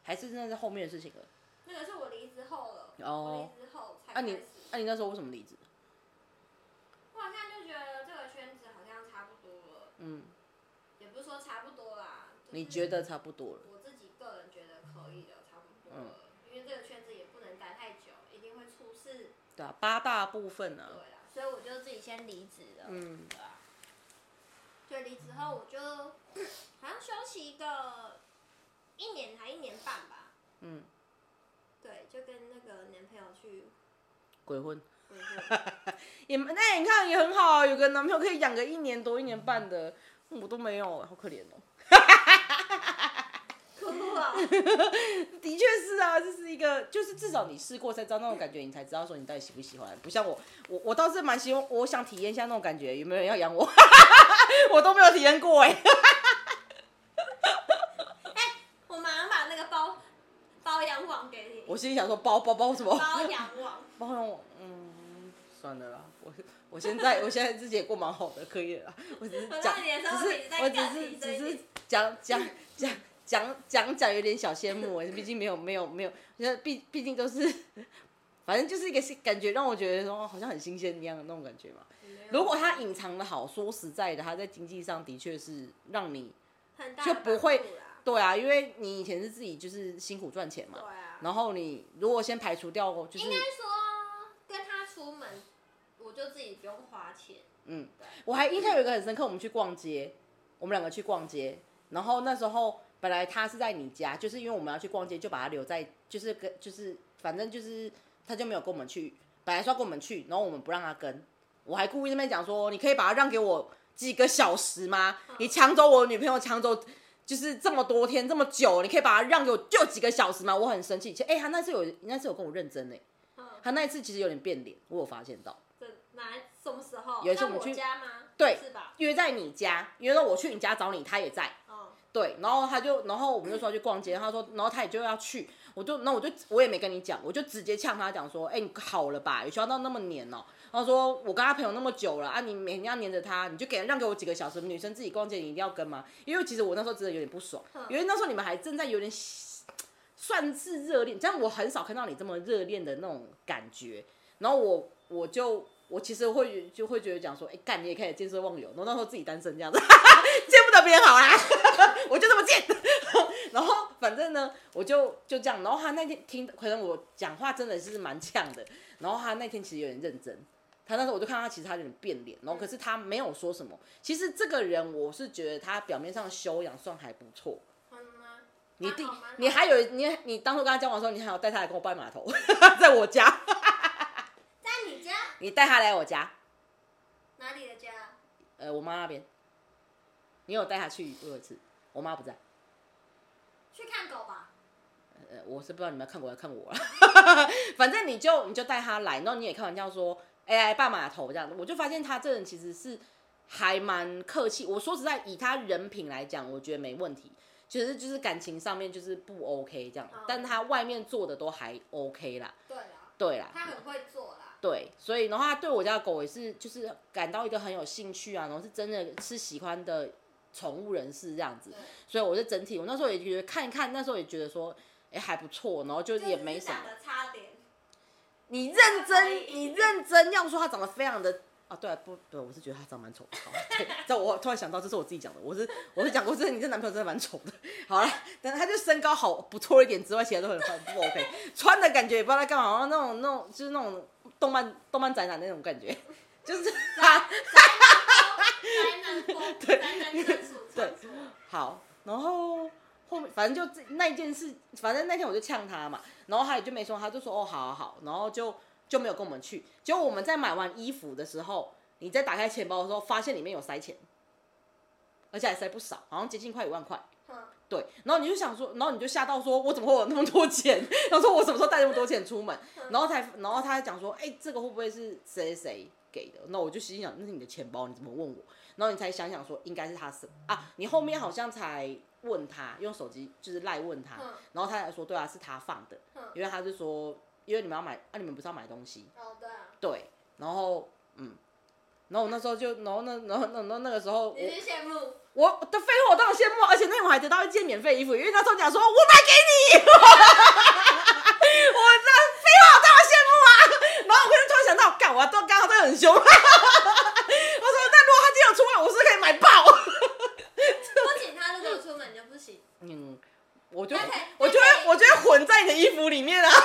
还是那是后面的事情了。那个是我离职后了，哦我离职后才那、开你始。那、你那时候为什么离职？我好像就觉得这个圈子好像差不多了，嗯，也不是说差不多啦。就是你觉得差不多了？我自己个人觉得可以的，差不多嗯了，因为这个圈子也不能待太久，一定会出事。对啊，八大部分对啊，啦，所以我就自己先离职了。嗯，对啊。就离职后，我就好像休息一个一年还一年半吧。嗯。对，就跟那个男朋友 <laughs> 去鬼混 <laughs> 鬼混。也那、你看也很好啊，有个男朋友可以养个一年多一年半的，嗯我都没有，好可怜哦。哭啊！的确是啊，这是一个，就是至少你试过才知道那种感觉，你才知道说你到底喜不喜欢。不像我，我我倒是蛮希望，我想体验一下那种感觉，有没有人要养我？ <laughs> 我都没有体验过哎、我马上把那个包包养网给你。我心里想说包包包什么？包养 <laughs> 网，包养我，嗯，算了啦，我我现在我现在自己也过蛮好的，可以了啦。我只是我讲，知道你的只生活是一直在我干只是你这一只是点讲讲讲讲讲讲有点小羡慕，毕竟没有没有没有，因为毕毕竟都是，反正就是一个是感觉让我觉得说好像很新鲜一样的那种感觉嘛。如果他隐藏的好，说实在的，他在经济上的确是让你很大就的不帮会助啦对啊，因为你以前是自己就是辛苦赚钱对嘛，啊。然后你如果先排除掉就是应该说跟他出门，我就自己不用花钱。嗯，我还印象有一个很深刻，我们去逛街，我们两个去逛街，然后那时候本来他是在你家，就是因为我们要去逛街，就把他留在，就是跟就是反正就是他就没有跟我们去，本来说要跟我们去，然后我们不让他跟，我还故意那边讲说，你可以把他让给我几个小时吗？你抢走我女朋友，抢走。就是这么多天这么久，你可以把它让给我就几个小时吗？我很生气。其实，哎、他那次有那次有跟我认真呢、嗯，他那一次其实有点变脸，我有发现到。这哪什么时候？有一次在我们我去家吗？对是吧？约在你家，约了我去你家找你，他也在。哦，对，然后他就，然后我们就说要去逛街，他说，哦然后他也就要去，我就，那我就我也没跟你讲，我就直接呛他讲说，哎、你好了吧，有需要到那么黏哦、然后说，我跟他朋友那么久了啊，你每天要黏着他，你就给让给我几个小时，女生自己逛街你一定要跟吗？因为其实我那时候真的有点不爽，因为那时候你们还正在有点算是热恋，但我很少看到你这么热恋的那种感觉，然后我我就。我其实会就会觉得讲说，哎、干你也开始见色忘友，然后那时候自己单身这样子， <laughs> 见不得别人好啦。我就这么贱。 <laughs> 然后反正呢，我就就这样。然后他那天听，可能我讲话真的是蛮呛的。然后他那天其实有点认真，他那时候我就看他其实他有点变脸，然后可是他没有说什么。其实这个人，我是觉得他表面上修养算还不错。好了吗？你蛮第嗯好蛮好你还有你你当初跟他交往的时候，你还有带他来跟我拜码头， <laughs> 在我家，在你家你带他来我家，哪里的家？呃，我妈那边，你有带他去过一次，我妈不在。去看狗吧。呃，我是不知道你们看过来看我了，啊 <laughs> 反正你就你就带他来，然后你也开玩笑说，哎、来拜码头这样，我就发现他这人其实是还蛮客气。我说实在，以他人品来讲，我觉得没问题，其实就是感情上面就是不 OK 这样哦，但他外面做的都还 OK 啦，对啦，对啦，他很会做啦。对，所以的话，对我家的狗也是，就是感到一个很有兴趣啊，然后是真的是喜欢的宠物人士这样子对。所以我是整体，我那时候也觉得看一看，那时候也觉得说，哎还不错，然后就就也没是啥长。得差点，你认真，你认真要说它长得非常的啊，对啊不对，我是觉得它长得蛮丑的。好对 <laughs> 这我突然想到，这是我自己讲的，我是我是讲过，这你这男朋友真的蛮丑的。好了，但他就身高好不错一点之外，其他都很很不 OK，穿的感觉也不知道在干嘛，好像那种那种就是那种动漫动漫宅男那种感觉，就是他宅 <laughs> 男风，宅男专属场所。好，然后后面反正就这那一件事，反正那天我就呛他嘛，然后他也就没说，他就说哦好好好，然后就就没有跟我们去。结果我们在买完衣服的时候，你在打开钱包的时候，发现里面有塞钱，而且还塞不少，好像接近快一万块。嗯，对，然后你就想说，然后你就吓到说，我怎么会有那么多钱？然后说我什么时候带那么多钱出门？嗯然后才，然后他还讲说，哎、这个会不会是谁谁谁给的？那我就心想，那是你的钱包，你怎么问我？然后你才想想说，应该是他是啊，你后面好像才问他，用手机就是赖问他，嗯然后他才说，对啊，是他放的嗯，因为他就说，因为你们要买，啊，你们不是要买东西，哦对啊，对，然后嗯，然后我那时候就，然后那，然后那，然后那个时候我 <laughs> 你是羡慕？我的废话，我当然羡慕，而且那天我还得到一件免费衣服，因为那时候讲说我买给你，我那废话，我当然羡慕啊。然后我就突然想到，干，我要刚好对很凶，我 <laughs> 说那如果他今天有出来，我是不是可以买爆。不仅他如果出门就不行，嗯，我就那可以我就那可会以我就会混在你的衣服里面啊， <laughs>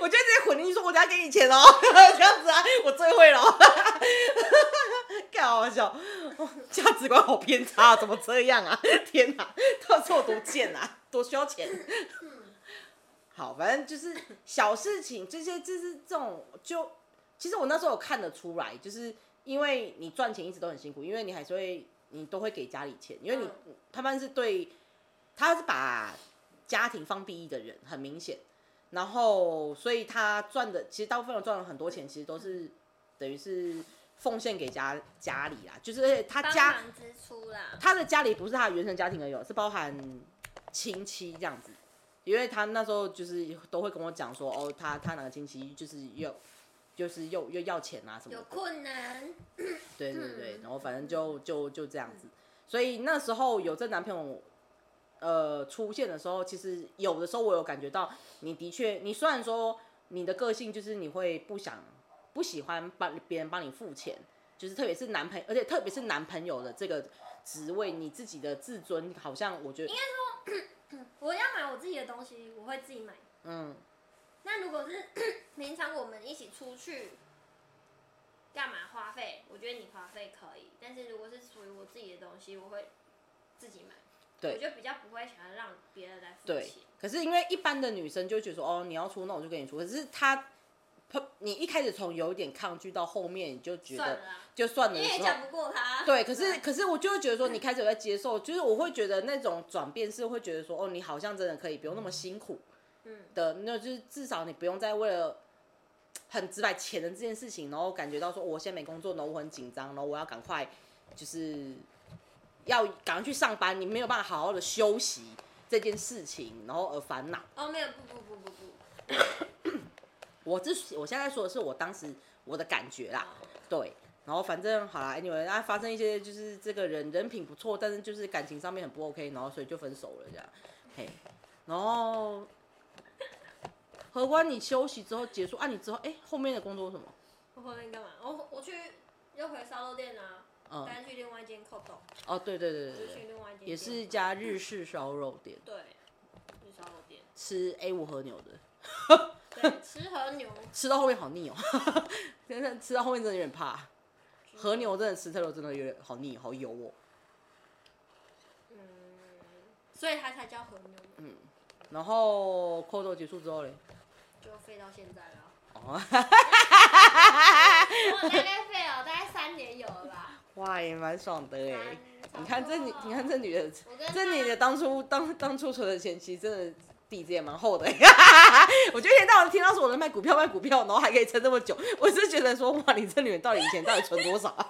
我就会直接混进去说，我等下给你钱哦，这样子啊，我最会了 <laughs> 哦，干好好笑，哇价值观好偏差、啊，怎么这样啊？ <laughs> 天哪，到底是我多贱啊，多需要钱。好，反正就是小事情，这些就是这种就，其实我那时候有看得出来，就是因为你赚钱一直都很辛苦，因为你还是会你都会给家里钱，因为你、他们是对，他是把家庭放第一的人，很明显。然后，所以他赚的其实大部分人赚了很多钱，其实都是等于是奉献给家家里啦，就是而且他帮家忙支出啦，他的家里不是他的原生家庭而有，哦是包含亲戚这样子。因为他那时候就是都会跟我讲说，哦，他他哪个亲戚就是又就是又又要钱啊什么有的，困难，对对对，然后反正就就就这样子。所以那时候有这男朋友，呃，出现的时候，其实有的时候我有感觉到，你的确，你虽然说你的个性就是你会不想不喜欢帮别人帮你付钱，就是特别是男朋友，而且特别是男朋友的这个职位，你自己的自尊好像我觉得，我要买我自己的东西，我会自己买。嗯，那如果是 <clears throat> 平常我们一起出去干嘛花费，我觉得你花费可以，但是如果是属于我自己的东西，我会自己买。对我就比较不会想要让别人来付对钱。。可是因为一般的女生就会觉得说，哦，你要出那我就跟你出，可是他。你一开始从有一点抗拒到后面，你就觉算得了啦，就算了你的时候，也哎讲不过他。对，可是可是我就会觉得说，你开始有在接受，就是我会觉得那种转变是会觉得说，哦，你好像真的可以不用那么辛苦嗯，的，那就是至少你不用再为了很直白钱的这件事情，然后感觉到说，哦我现在没工作，然后我很紧张，然后我要赶快就是要赶快去上班，你没有办法好好的休息这件事情，然后而烦恼。哦，没有，不不不不不，我之我现在说的是我当时我的感觉啦，哦对，然后反正好啦，anyway，那发生一些就是这个人人品不错，但是就是感情上面很不 OK，然后所以就分手了这样，嘿，然后何关你休息之后结束啊？你之后哎、后面的工作是什么？我后面干嘛？哦我我去又回烧肉店啦、嗯，刚去另外一间扣豆，哦，对对对我对就对去对，另外一间，也是一家日式烧肉店，对，去烧肉店，吃 A 五和牛的，对，吃和牛，吃到后面好腻哦、 <laughs> 真的吃到后面真的有点怕，和牛真的吃太多真的有点好腻，好油哦、嗯，所以它才叫和牛，嘛，然后 c o d 结束之后嘞，就废到现在了。 <laughs> 哦。我大概废了大概三年有了吧。哇，也蛮爽的哎、三你看这女，你看，这女的，差不多我跟这女的他当初当当初存的钱，其实真的底子也蛮厚的、 <laughs> 欸。我就一天到晚听到说我在卖股票，卖股票，然后还可以撑这么久，我是觉得说哇，你这女人到底以前到底存多少 <laughs> 啊？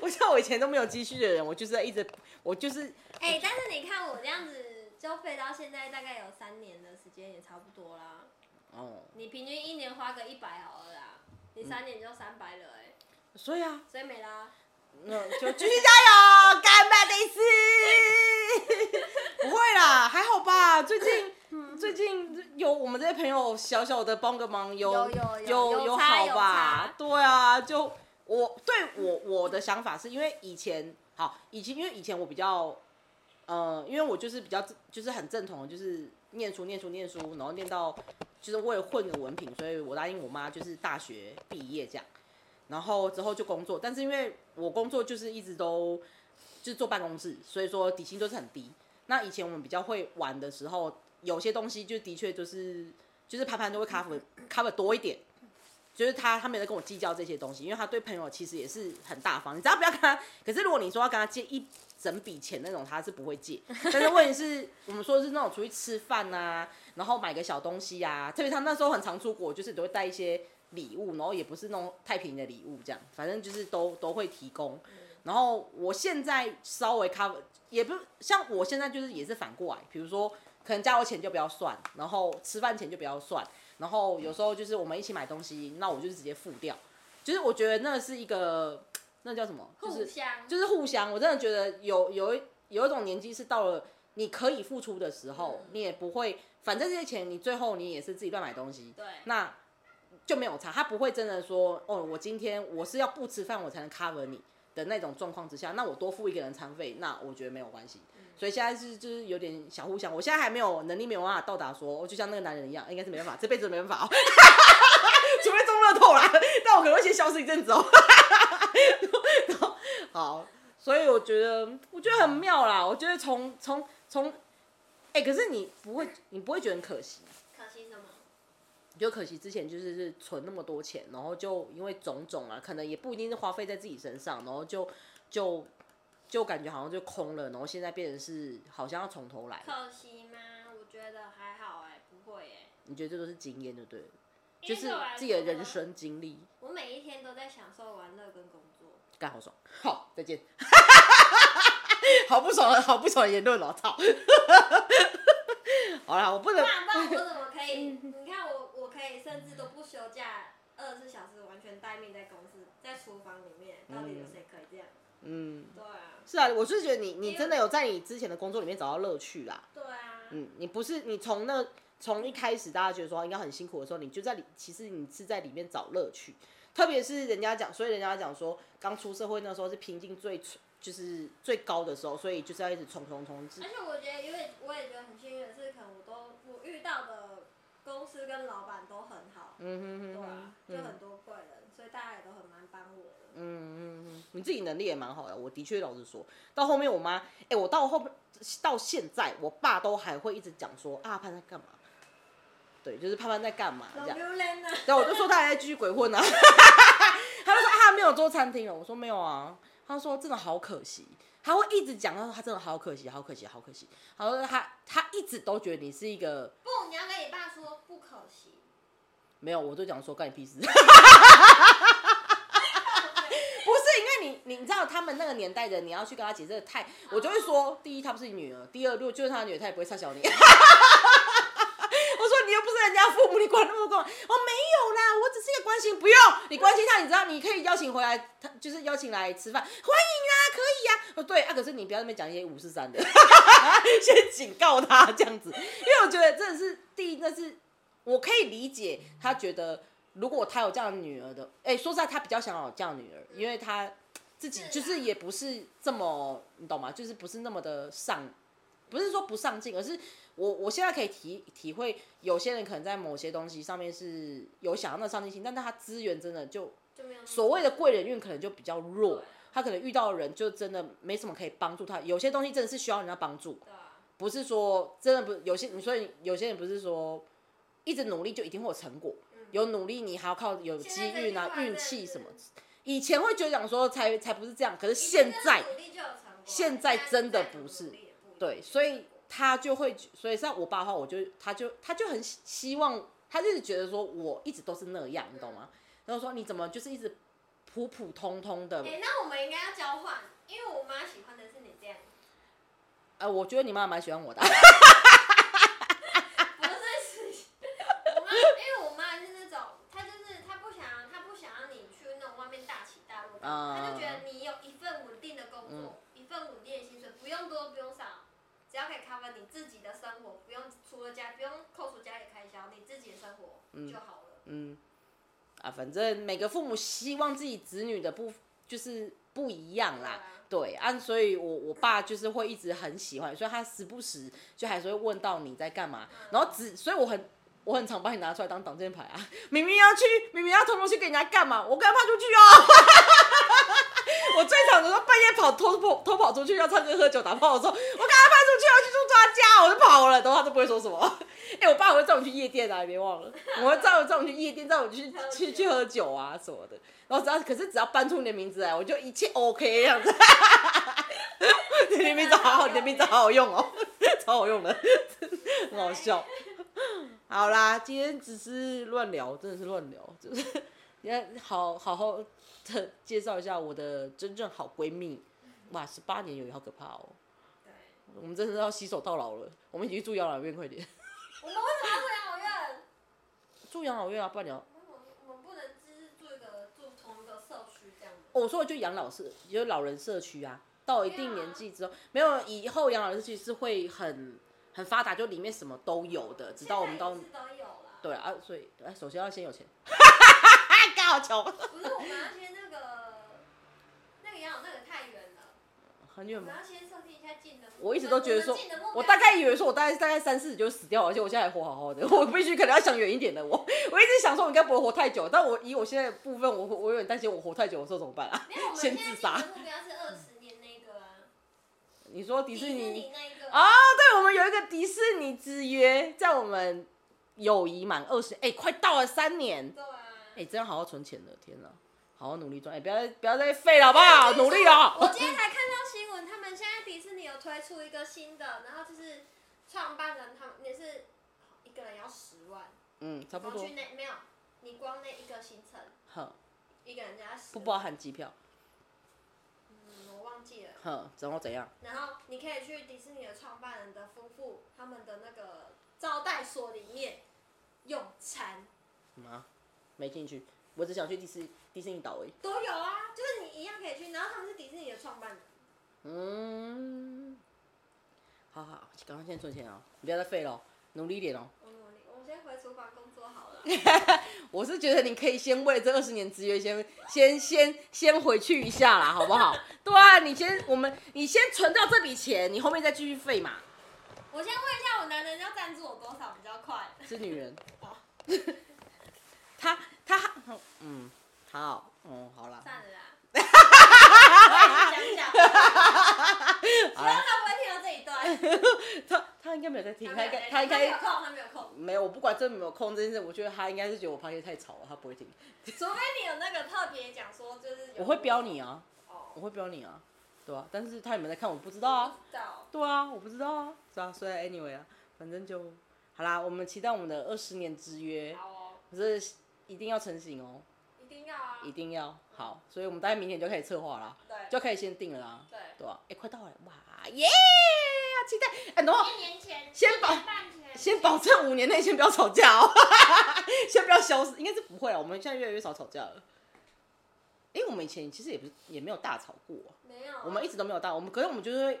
我像我以前都没有积蓄的人，我就是一直，我就是哎、但是你看我这样子就废到现在，大概有三年的时间，也差不多啦。哦，你平均一年花个一百好了啦，你三年就三百了、哎、所以啊，所以没啦。那就继续加油，干巴的斯。 <laughs> 不会啦，还好吧。最近最近有我们这些朋友小小的帮个忙，有有有有有有差好有吧差？对啊，就我对我我的想法是因为以前好，以前因为以前我比较呃，因为我就是比较就是很正统的，就是念书念书念书，然后念到就是为了混个文凭，所以我答应我妈就是大学毕业这样，然后之后就工作，但是因为我工作就是一直都就是坐办公室，所以说底薪都是很低。那以前我们比较会玩的时候，有些东西就的确就是就是潘潘都会 cover cover 多一点。就是他，他没在跟我计较这些东西，因为他对朋友其实也是很大方。你只要不要跟他，可是如果你说要跟他借一整笔钱那种，他是不会借。但是问题是，我们说的是那种出去吃饭啊，然后买个小东西啊，特别他那时候很常出国，就是都会带一些礼物，然后也不是那种太便宜的礼物，这样，反正就是都都会提供。嗯然后我现在稍微 cover，也不像我现在就是也是反过来，比如说可能加油钱就不要算，然后吃饭钱就不要算，然后有时候就是我们一起买东西，那我就是直接付掉。就是我觉得那是一个那叫什么，就互是相就是互相，我真的觉得有有一有一种年纪是到了你可以付出的时候，嗯你也不会，反正这些钱你最后你也是自己乱买东西，对，那就没有差，他不会真的说哦，我今天我是要不吃饭我才能 cover 你的那种状况之下，那我多付一个人餐费，那我觉得没有关系。所以现在是就是有点小互相，我现在还没有能力，没有办法到达说，哦，就像那个男人一样，应该是没办法，这辈子没办法哦， <laughs> 除非中乐透啦，但我可能会先消失一阵子哦。然后好，所以我觉得我觉得很妙啦，我觉得从从从，哎、可是你不会你不会觉得很可惜吗可惜什么？就可惜之前就是是存那么多钱，然后就因为种种啊，可能也不一定是花费在自己身上，然后就就就感觉好像就空了，然后现在变成是好像要从头来。可惜吗？我觉得还好哎、不会哎、你觉得这都是经验就对了，因就为是对我来自己的说人，生经历，我每一天都在享受玩乐跟工作。干好爽。好，再见。 <laughs> 好不爽，好不爽的言论哦，操！ <laughs> 好啦，我不能 <laughs> 不然不然我怎么可嗯以？你看我我可以甚至都不休假，二十四小时完全待命在公司，在厨房里面，到底有谁可以这样？嗯，对啊，是啊，我是觉得你你真的有在你之前的工作里面找到乐趣啦。对啊，嗯，你不是你从那从一开始大家觉得说应该很辛苦的时候，你就在里，其实你是在里面找乐趣。特别是人家讲，所以人家讲说，刚出社会那时候是瓶颈最就是最高的时候，所以就是要一直冲冲冲。而且我觉得，因为我也觉得很幸运的是，可能我都我遇到的公司跟老板都很好，嗯哼哼对哼啊，，就嗯很多贵人，所以大家也都很蛮帮我的。嗯嗯嗯，你自己能力也蛮好的。我的确老实说，到后面我妈，哎、我到后面到现在，我爸都还会一直讲说啊，潘在干嘛？对，就是潘潘在干嘛这样。榴莲呢？对，我就说他还在继续鬼混啊。他就说啊，他没有做餐厅了。我说没有啊。他说真的好可惜，他会一直讲，他说他真的好可惜，好可惜，好可惜。他说他他一直都觉得你是一个不，你要跟你爸说不可惜。没有，我就讲说干你屁事。 <laughs> 不是因为你，你知道他们那个年代的，你要去跟他解释太，我就会说，第一她不是你女儿，第二如果就是她的女儿，她也不会差小你。 <laughs> 我说你又不是人家父母，你管那么多？我没有啦，我只是一个关心，不用你关心他，你知道你可以邀请回来，他就是邀请来吃饭，欢迎啦，可以呀、哦，对啊，可是你不要在那边讲一些五四三的， <laughs> 先警告他这样子，因为我觉得真的是第一，那是我可以理解他觉得，如果他有这样的女儿的，哎、说实在，他比较想要有这样的女儿，因为他自己是啊就是也不是这么，你懂吗？就是不是那么的上，不是说不上进，而是我我现在可以体体会，有些人可能在某些东西上面是有想要那上进心，但是他资源真的就就没有所谓的贵人运可能就比较弱对，他可能遇到的人就真的没什么可以帮助他，有些东西真的是需要人家帮助，对啊，不是说真的不有些，所以有些人不是说一直努力就一定会有成果，有努力你还要靠有机运啊、运气什么。以前会觉得讲说才才不是这样，可是现在现现在真的不是对，所以他就会，所以像我爸的话，我就他就他就很希希望，他就是觉得说我一直都是那样，你懂吗？然后说你怎么就是一直普普通通的哎、，那我们应该要交换，因为我妈喜欢的是你这样，呃，我觉得你妈蛮喜欢我的，啊啊不是是，我妈，因为我妈是那种，她就是她不想，她不想让你去那种外面大起大落，嗯她就觉得你有一份稳定的工作，一份稳定的薪水，不用多不用少，只要可以 cover 你自己的生活，不用除了家不用扣除家里开销，你自己的生活就好了。 <laughs> 嗯，啊，反正每个父母希望自己子女的不就是不一样啦，对啊，所以我我爸就是会一直很喜欢，所以他时不时就还是会问到你在干嘛，然后只所以我很我很常把你拿出来当挡箭牌啊，明明要去，明明要偷偷去给人家干嘛，我干嘛出去哦？ <laughs> 我最常的时候半夜跑偷跑偷跑出去要唱歌喝酒打炮的时候，我赶快派出去要去住他家，我就跑了，然后他都不会说什么。 <laughs> 哎、我爸还会载我去夜店啊，你别忘了，我会载我载我去夜店，载我去喝酒去去喝酒啊什么的。然后只要可是只要搬出你的名字来，我就一切 OK 这样子。 <laughs> 你的名字好好，你的名字好好用哦， <laughs> 超好用的，很好笑。好啦，今天只是乱聊，真的是乱聊，就是你看好好好的介绍一下我的真正好闺蜜。哇，十八年有，好可怕哦！对，我们真的是要携手到老了，我们一起去住养老院，快 <laughs> 点！我们为什么要嗯不了我院？住养老院啊，不然你要我们我们不能只是做一个做同社区这样吗？我说的就养老社，就是老人社区啊。到一定年纪之后，没有以后养老社区是会很很发达，就里面什么都有的，直到我们到现在也是都有啦。对啊，所以哎，首先要先有 <laughs> 钱，刚好穷，不是我们要先那个那个养老那个太远了，很远我吗们？要先设定一下近的目标。我一直都觉得说们近的目标我大概以为说，我大概大概三四十就死掉了，而且我现在还活好好的。我必须可能要想远一点的。我我一直想说，我应该不会活太久，但我以我现在的部分，我我有点担心我活太久的时候怎么办啊？没有，我们先现自在杀嗯定的目标是二十年那个啊，你说迪士迪士尼 <laughs> 尼那一个啊，对，我们有一个迪士尼之约，在我们友谊满二十，哎，快到了三年，对啊，哎，真要好好存钱了，天哪，好好努力赚，哎，不要再不要再废了，好不好？努力我 <laughs> 哦。今天才看到新闻，他们现在迪士尼有推出一个新的，然后就是创办人他们也是一个人要十万，嗯，差不光多去，那没有，你光那一个行程，哼，一个人家十不万包含机票，嗯，我忘记了。哼，然后怎样？然后你可以去迪士尼的创办人的夫妇他们的那个招待所里面用餐，什么啊？没兴趣，我只想去迪士迪士尼岛而已。都有啊，就是你一样可以去。然后他们是迪士尼的创办人，嗯，好好，赶快先存钱哦，不要再废了哦，努力一点哦。 <laughs> 我努力，我先回厨房工作好了。我是觉得你可以先为了这二十年之约先先先先回去一下啦，好不好？对啊，你先我们你先存到这笔钱，你后面再继续废嘛。 <laughs> 我先问一下我男人要赞助我多少比较快？是女人 <laughs> 好，她她嗯好嗯好啦，算了啦。想想，希好望啦，他不会听到这一 <laughs> 段。她她应该没有在听，她应该他她没应有在该听他没有空，他没有空。没有，我不管真的有没有空这件事，我觉得她应该是觉得我 p 太吵了，她不会听。除非你有那个特别讲说，就是有我会标你啊，哦，我会标你啊，对啊，但是他有没有在看我不知道我啊，不知道。对啊，我不知道啊，是啊，所以 anyway 啊，反正就好啦，我们期待我们的二十年之约，好哦，可是一定要成型哦，一定要啊。一定要好，所以我们大概明年就可以策划啦，对就可以先定了啦，对。对啊，哎，快到了，哇耶，好期待，哎，等会一年前，先保一年半前先保证五年内先不要吵架哦， <laughs> 先不要消失，应该是不会啊，我们现在越来越少吵架了，哎，我们以前其实也不是也没有大吵过啊、没有啊，我们一直都没有到，我们可是我们就是会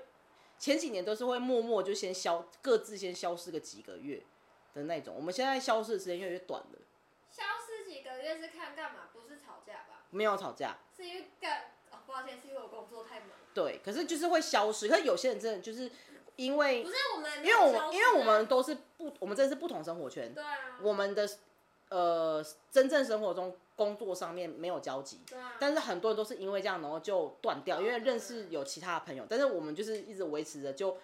前几年都是会默默就先消各自先消失个几个月的那种，我们现在消失的时间越来越短了，消失几个月是看干嘛，不是吵架吧？没有吵架，是因为干哦，抱歉，是因为我工作太忙。对，可是就是会消失，可是有些人真的就是因为不是我们因没为有我消们失啊，因为我们都是不我们真的是不同生活圈，对啊，我们的呃真正生活中工作上面没有交集，对啊，但是很多人都是因为这样，然后就断掉，因为认识有其他的朋友，但是我们就是一直维持着，就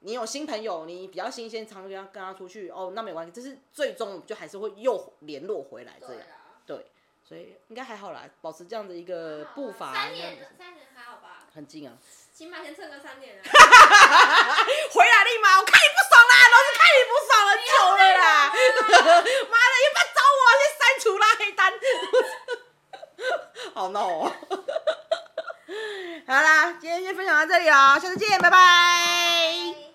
你有新朋友，你比较新鲜，常跟他跟他出去，哦，那没关系，就是最终我们就还是会又联络回来这对样，啊，所以应该还好啦，保持这样的一个步伐，三这样年子了三年还好吧？很近啊，起码先撑个 <laughs> 三年啊。回来立马，我看你不爽啦，老子看你不爽了，久了 <laughs> 啦，妈的，又不要找我，先删除啦黑单， <laughs> 好闹哦。 <laughs> 哦好啦，今天先分享到这里啦，下次见，拜拜拜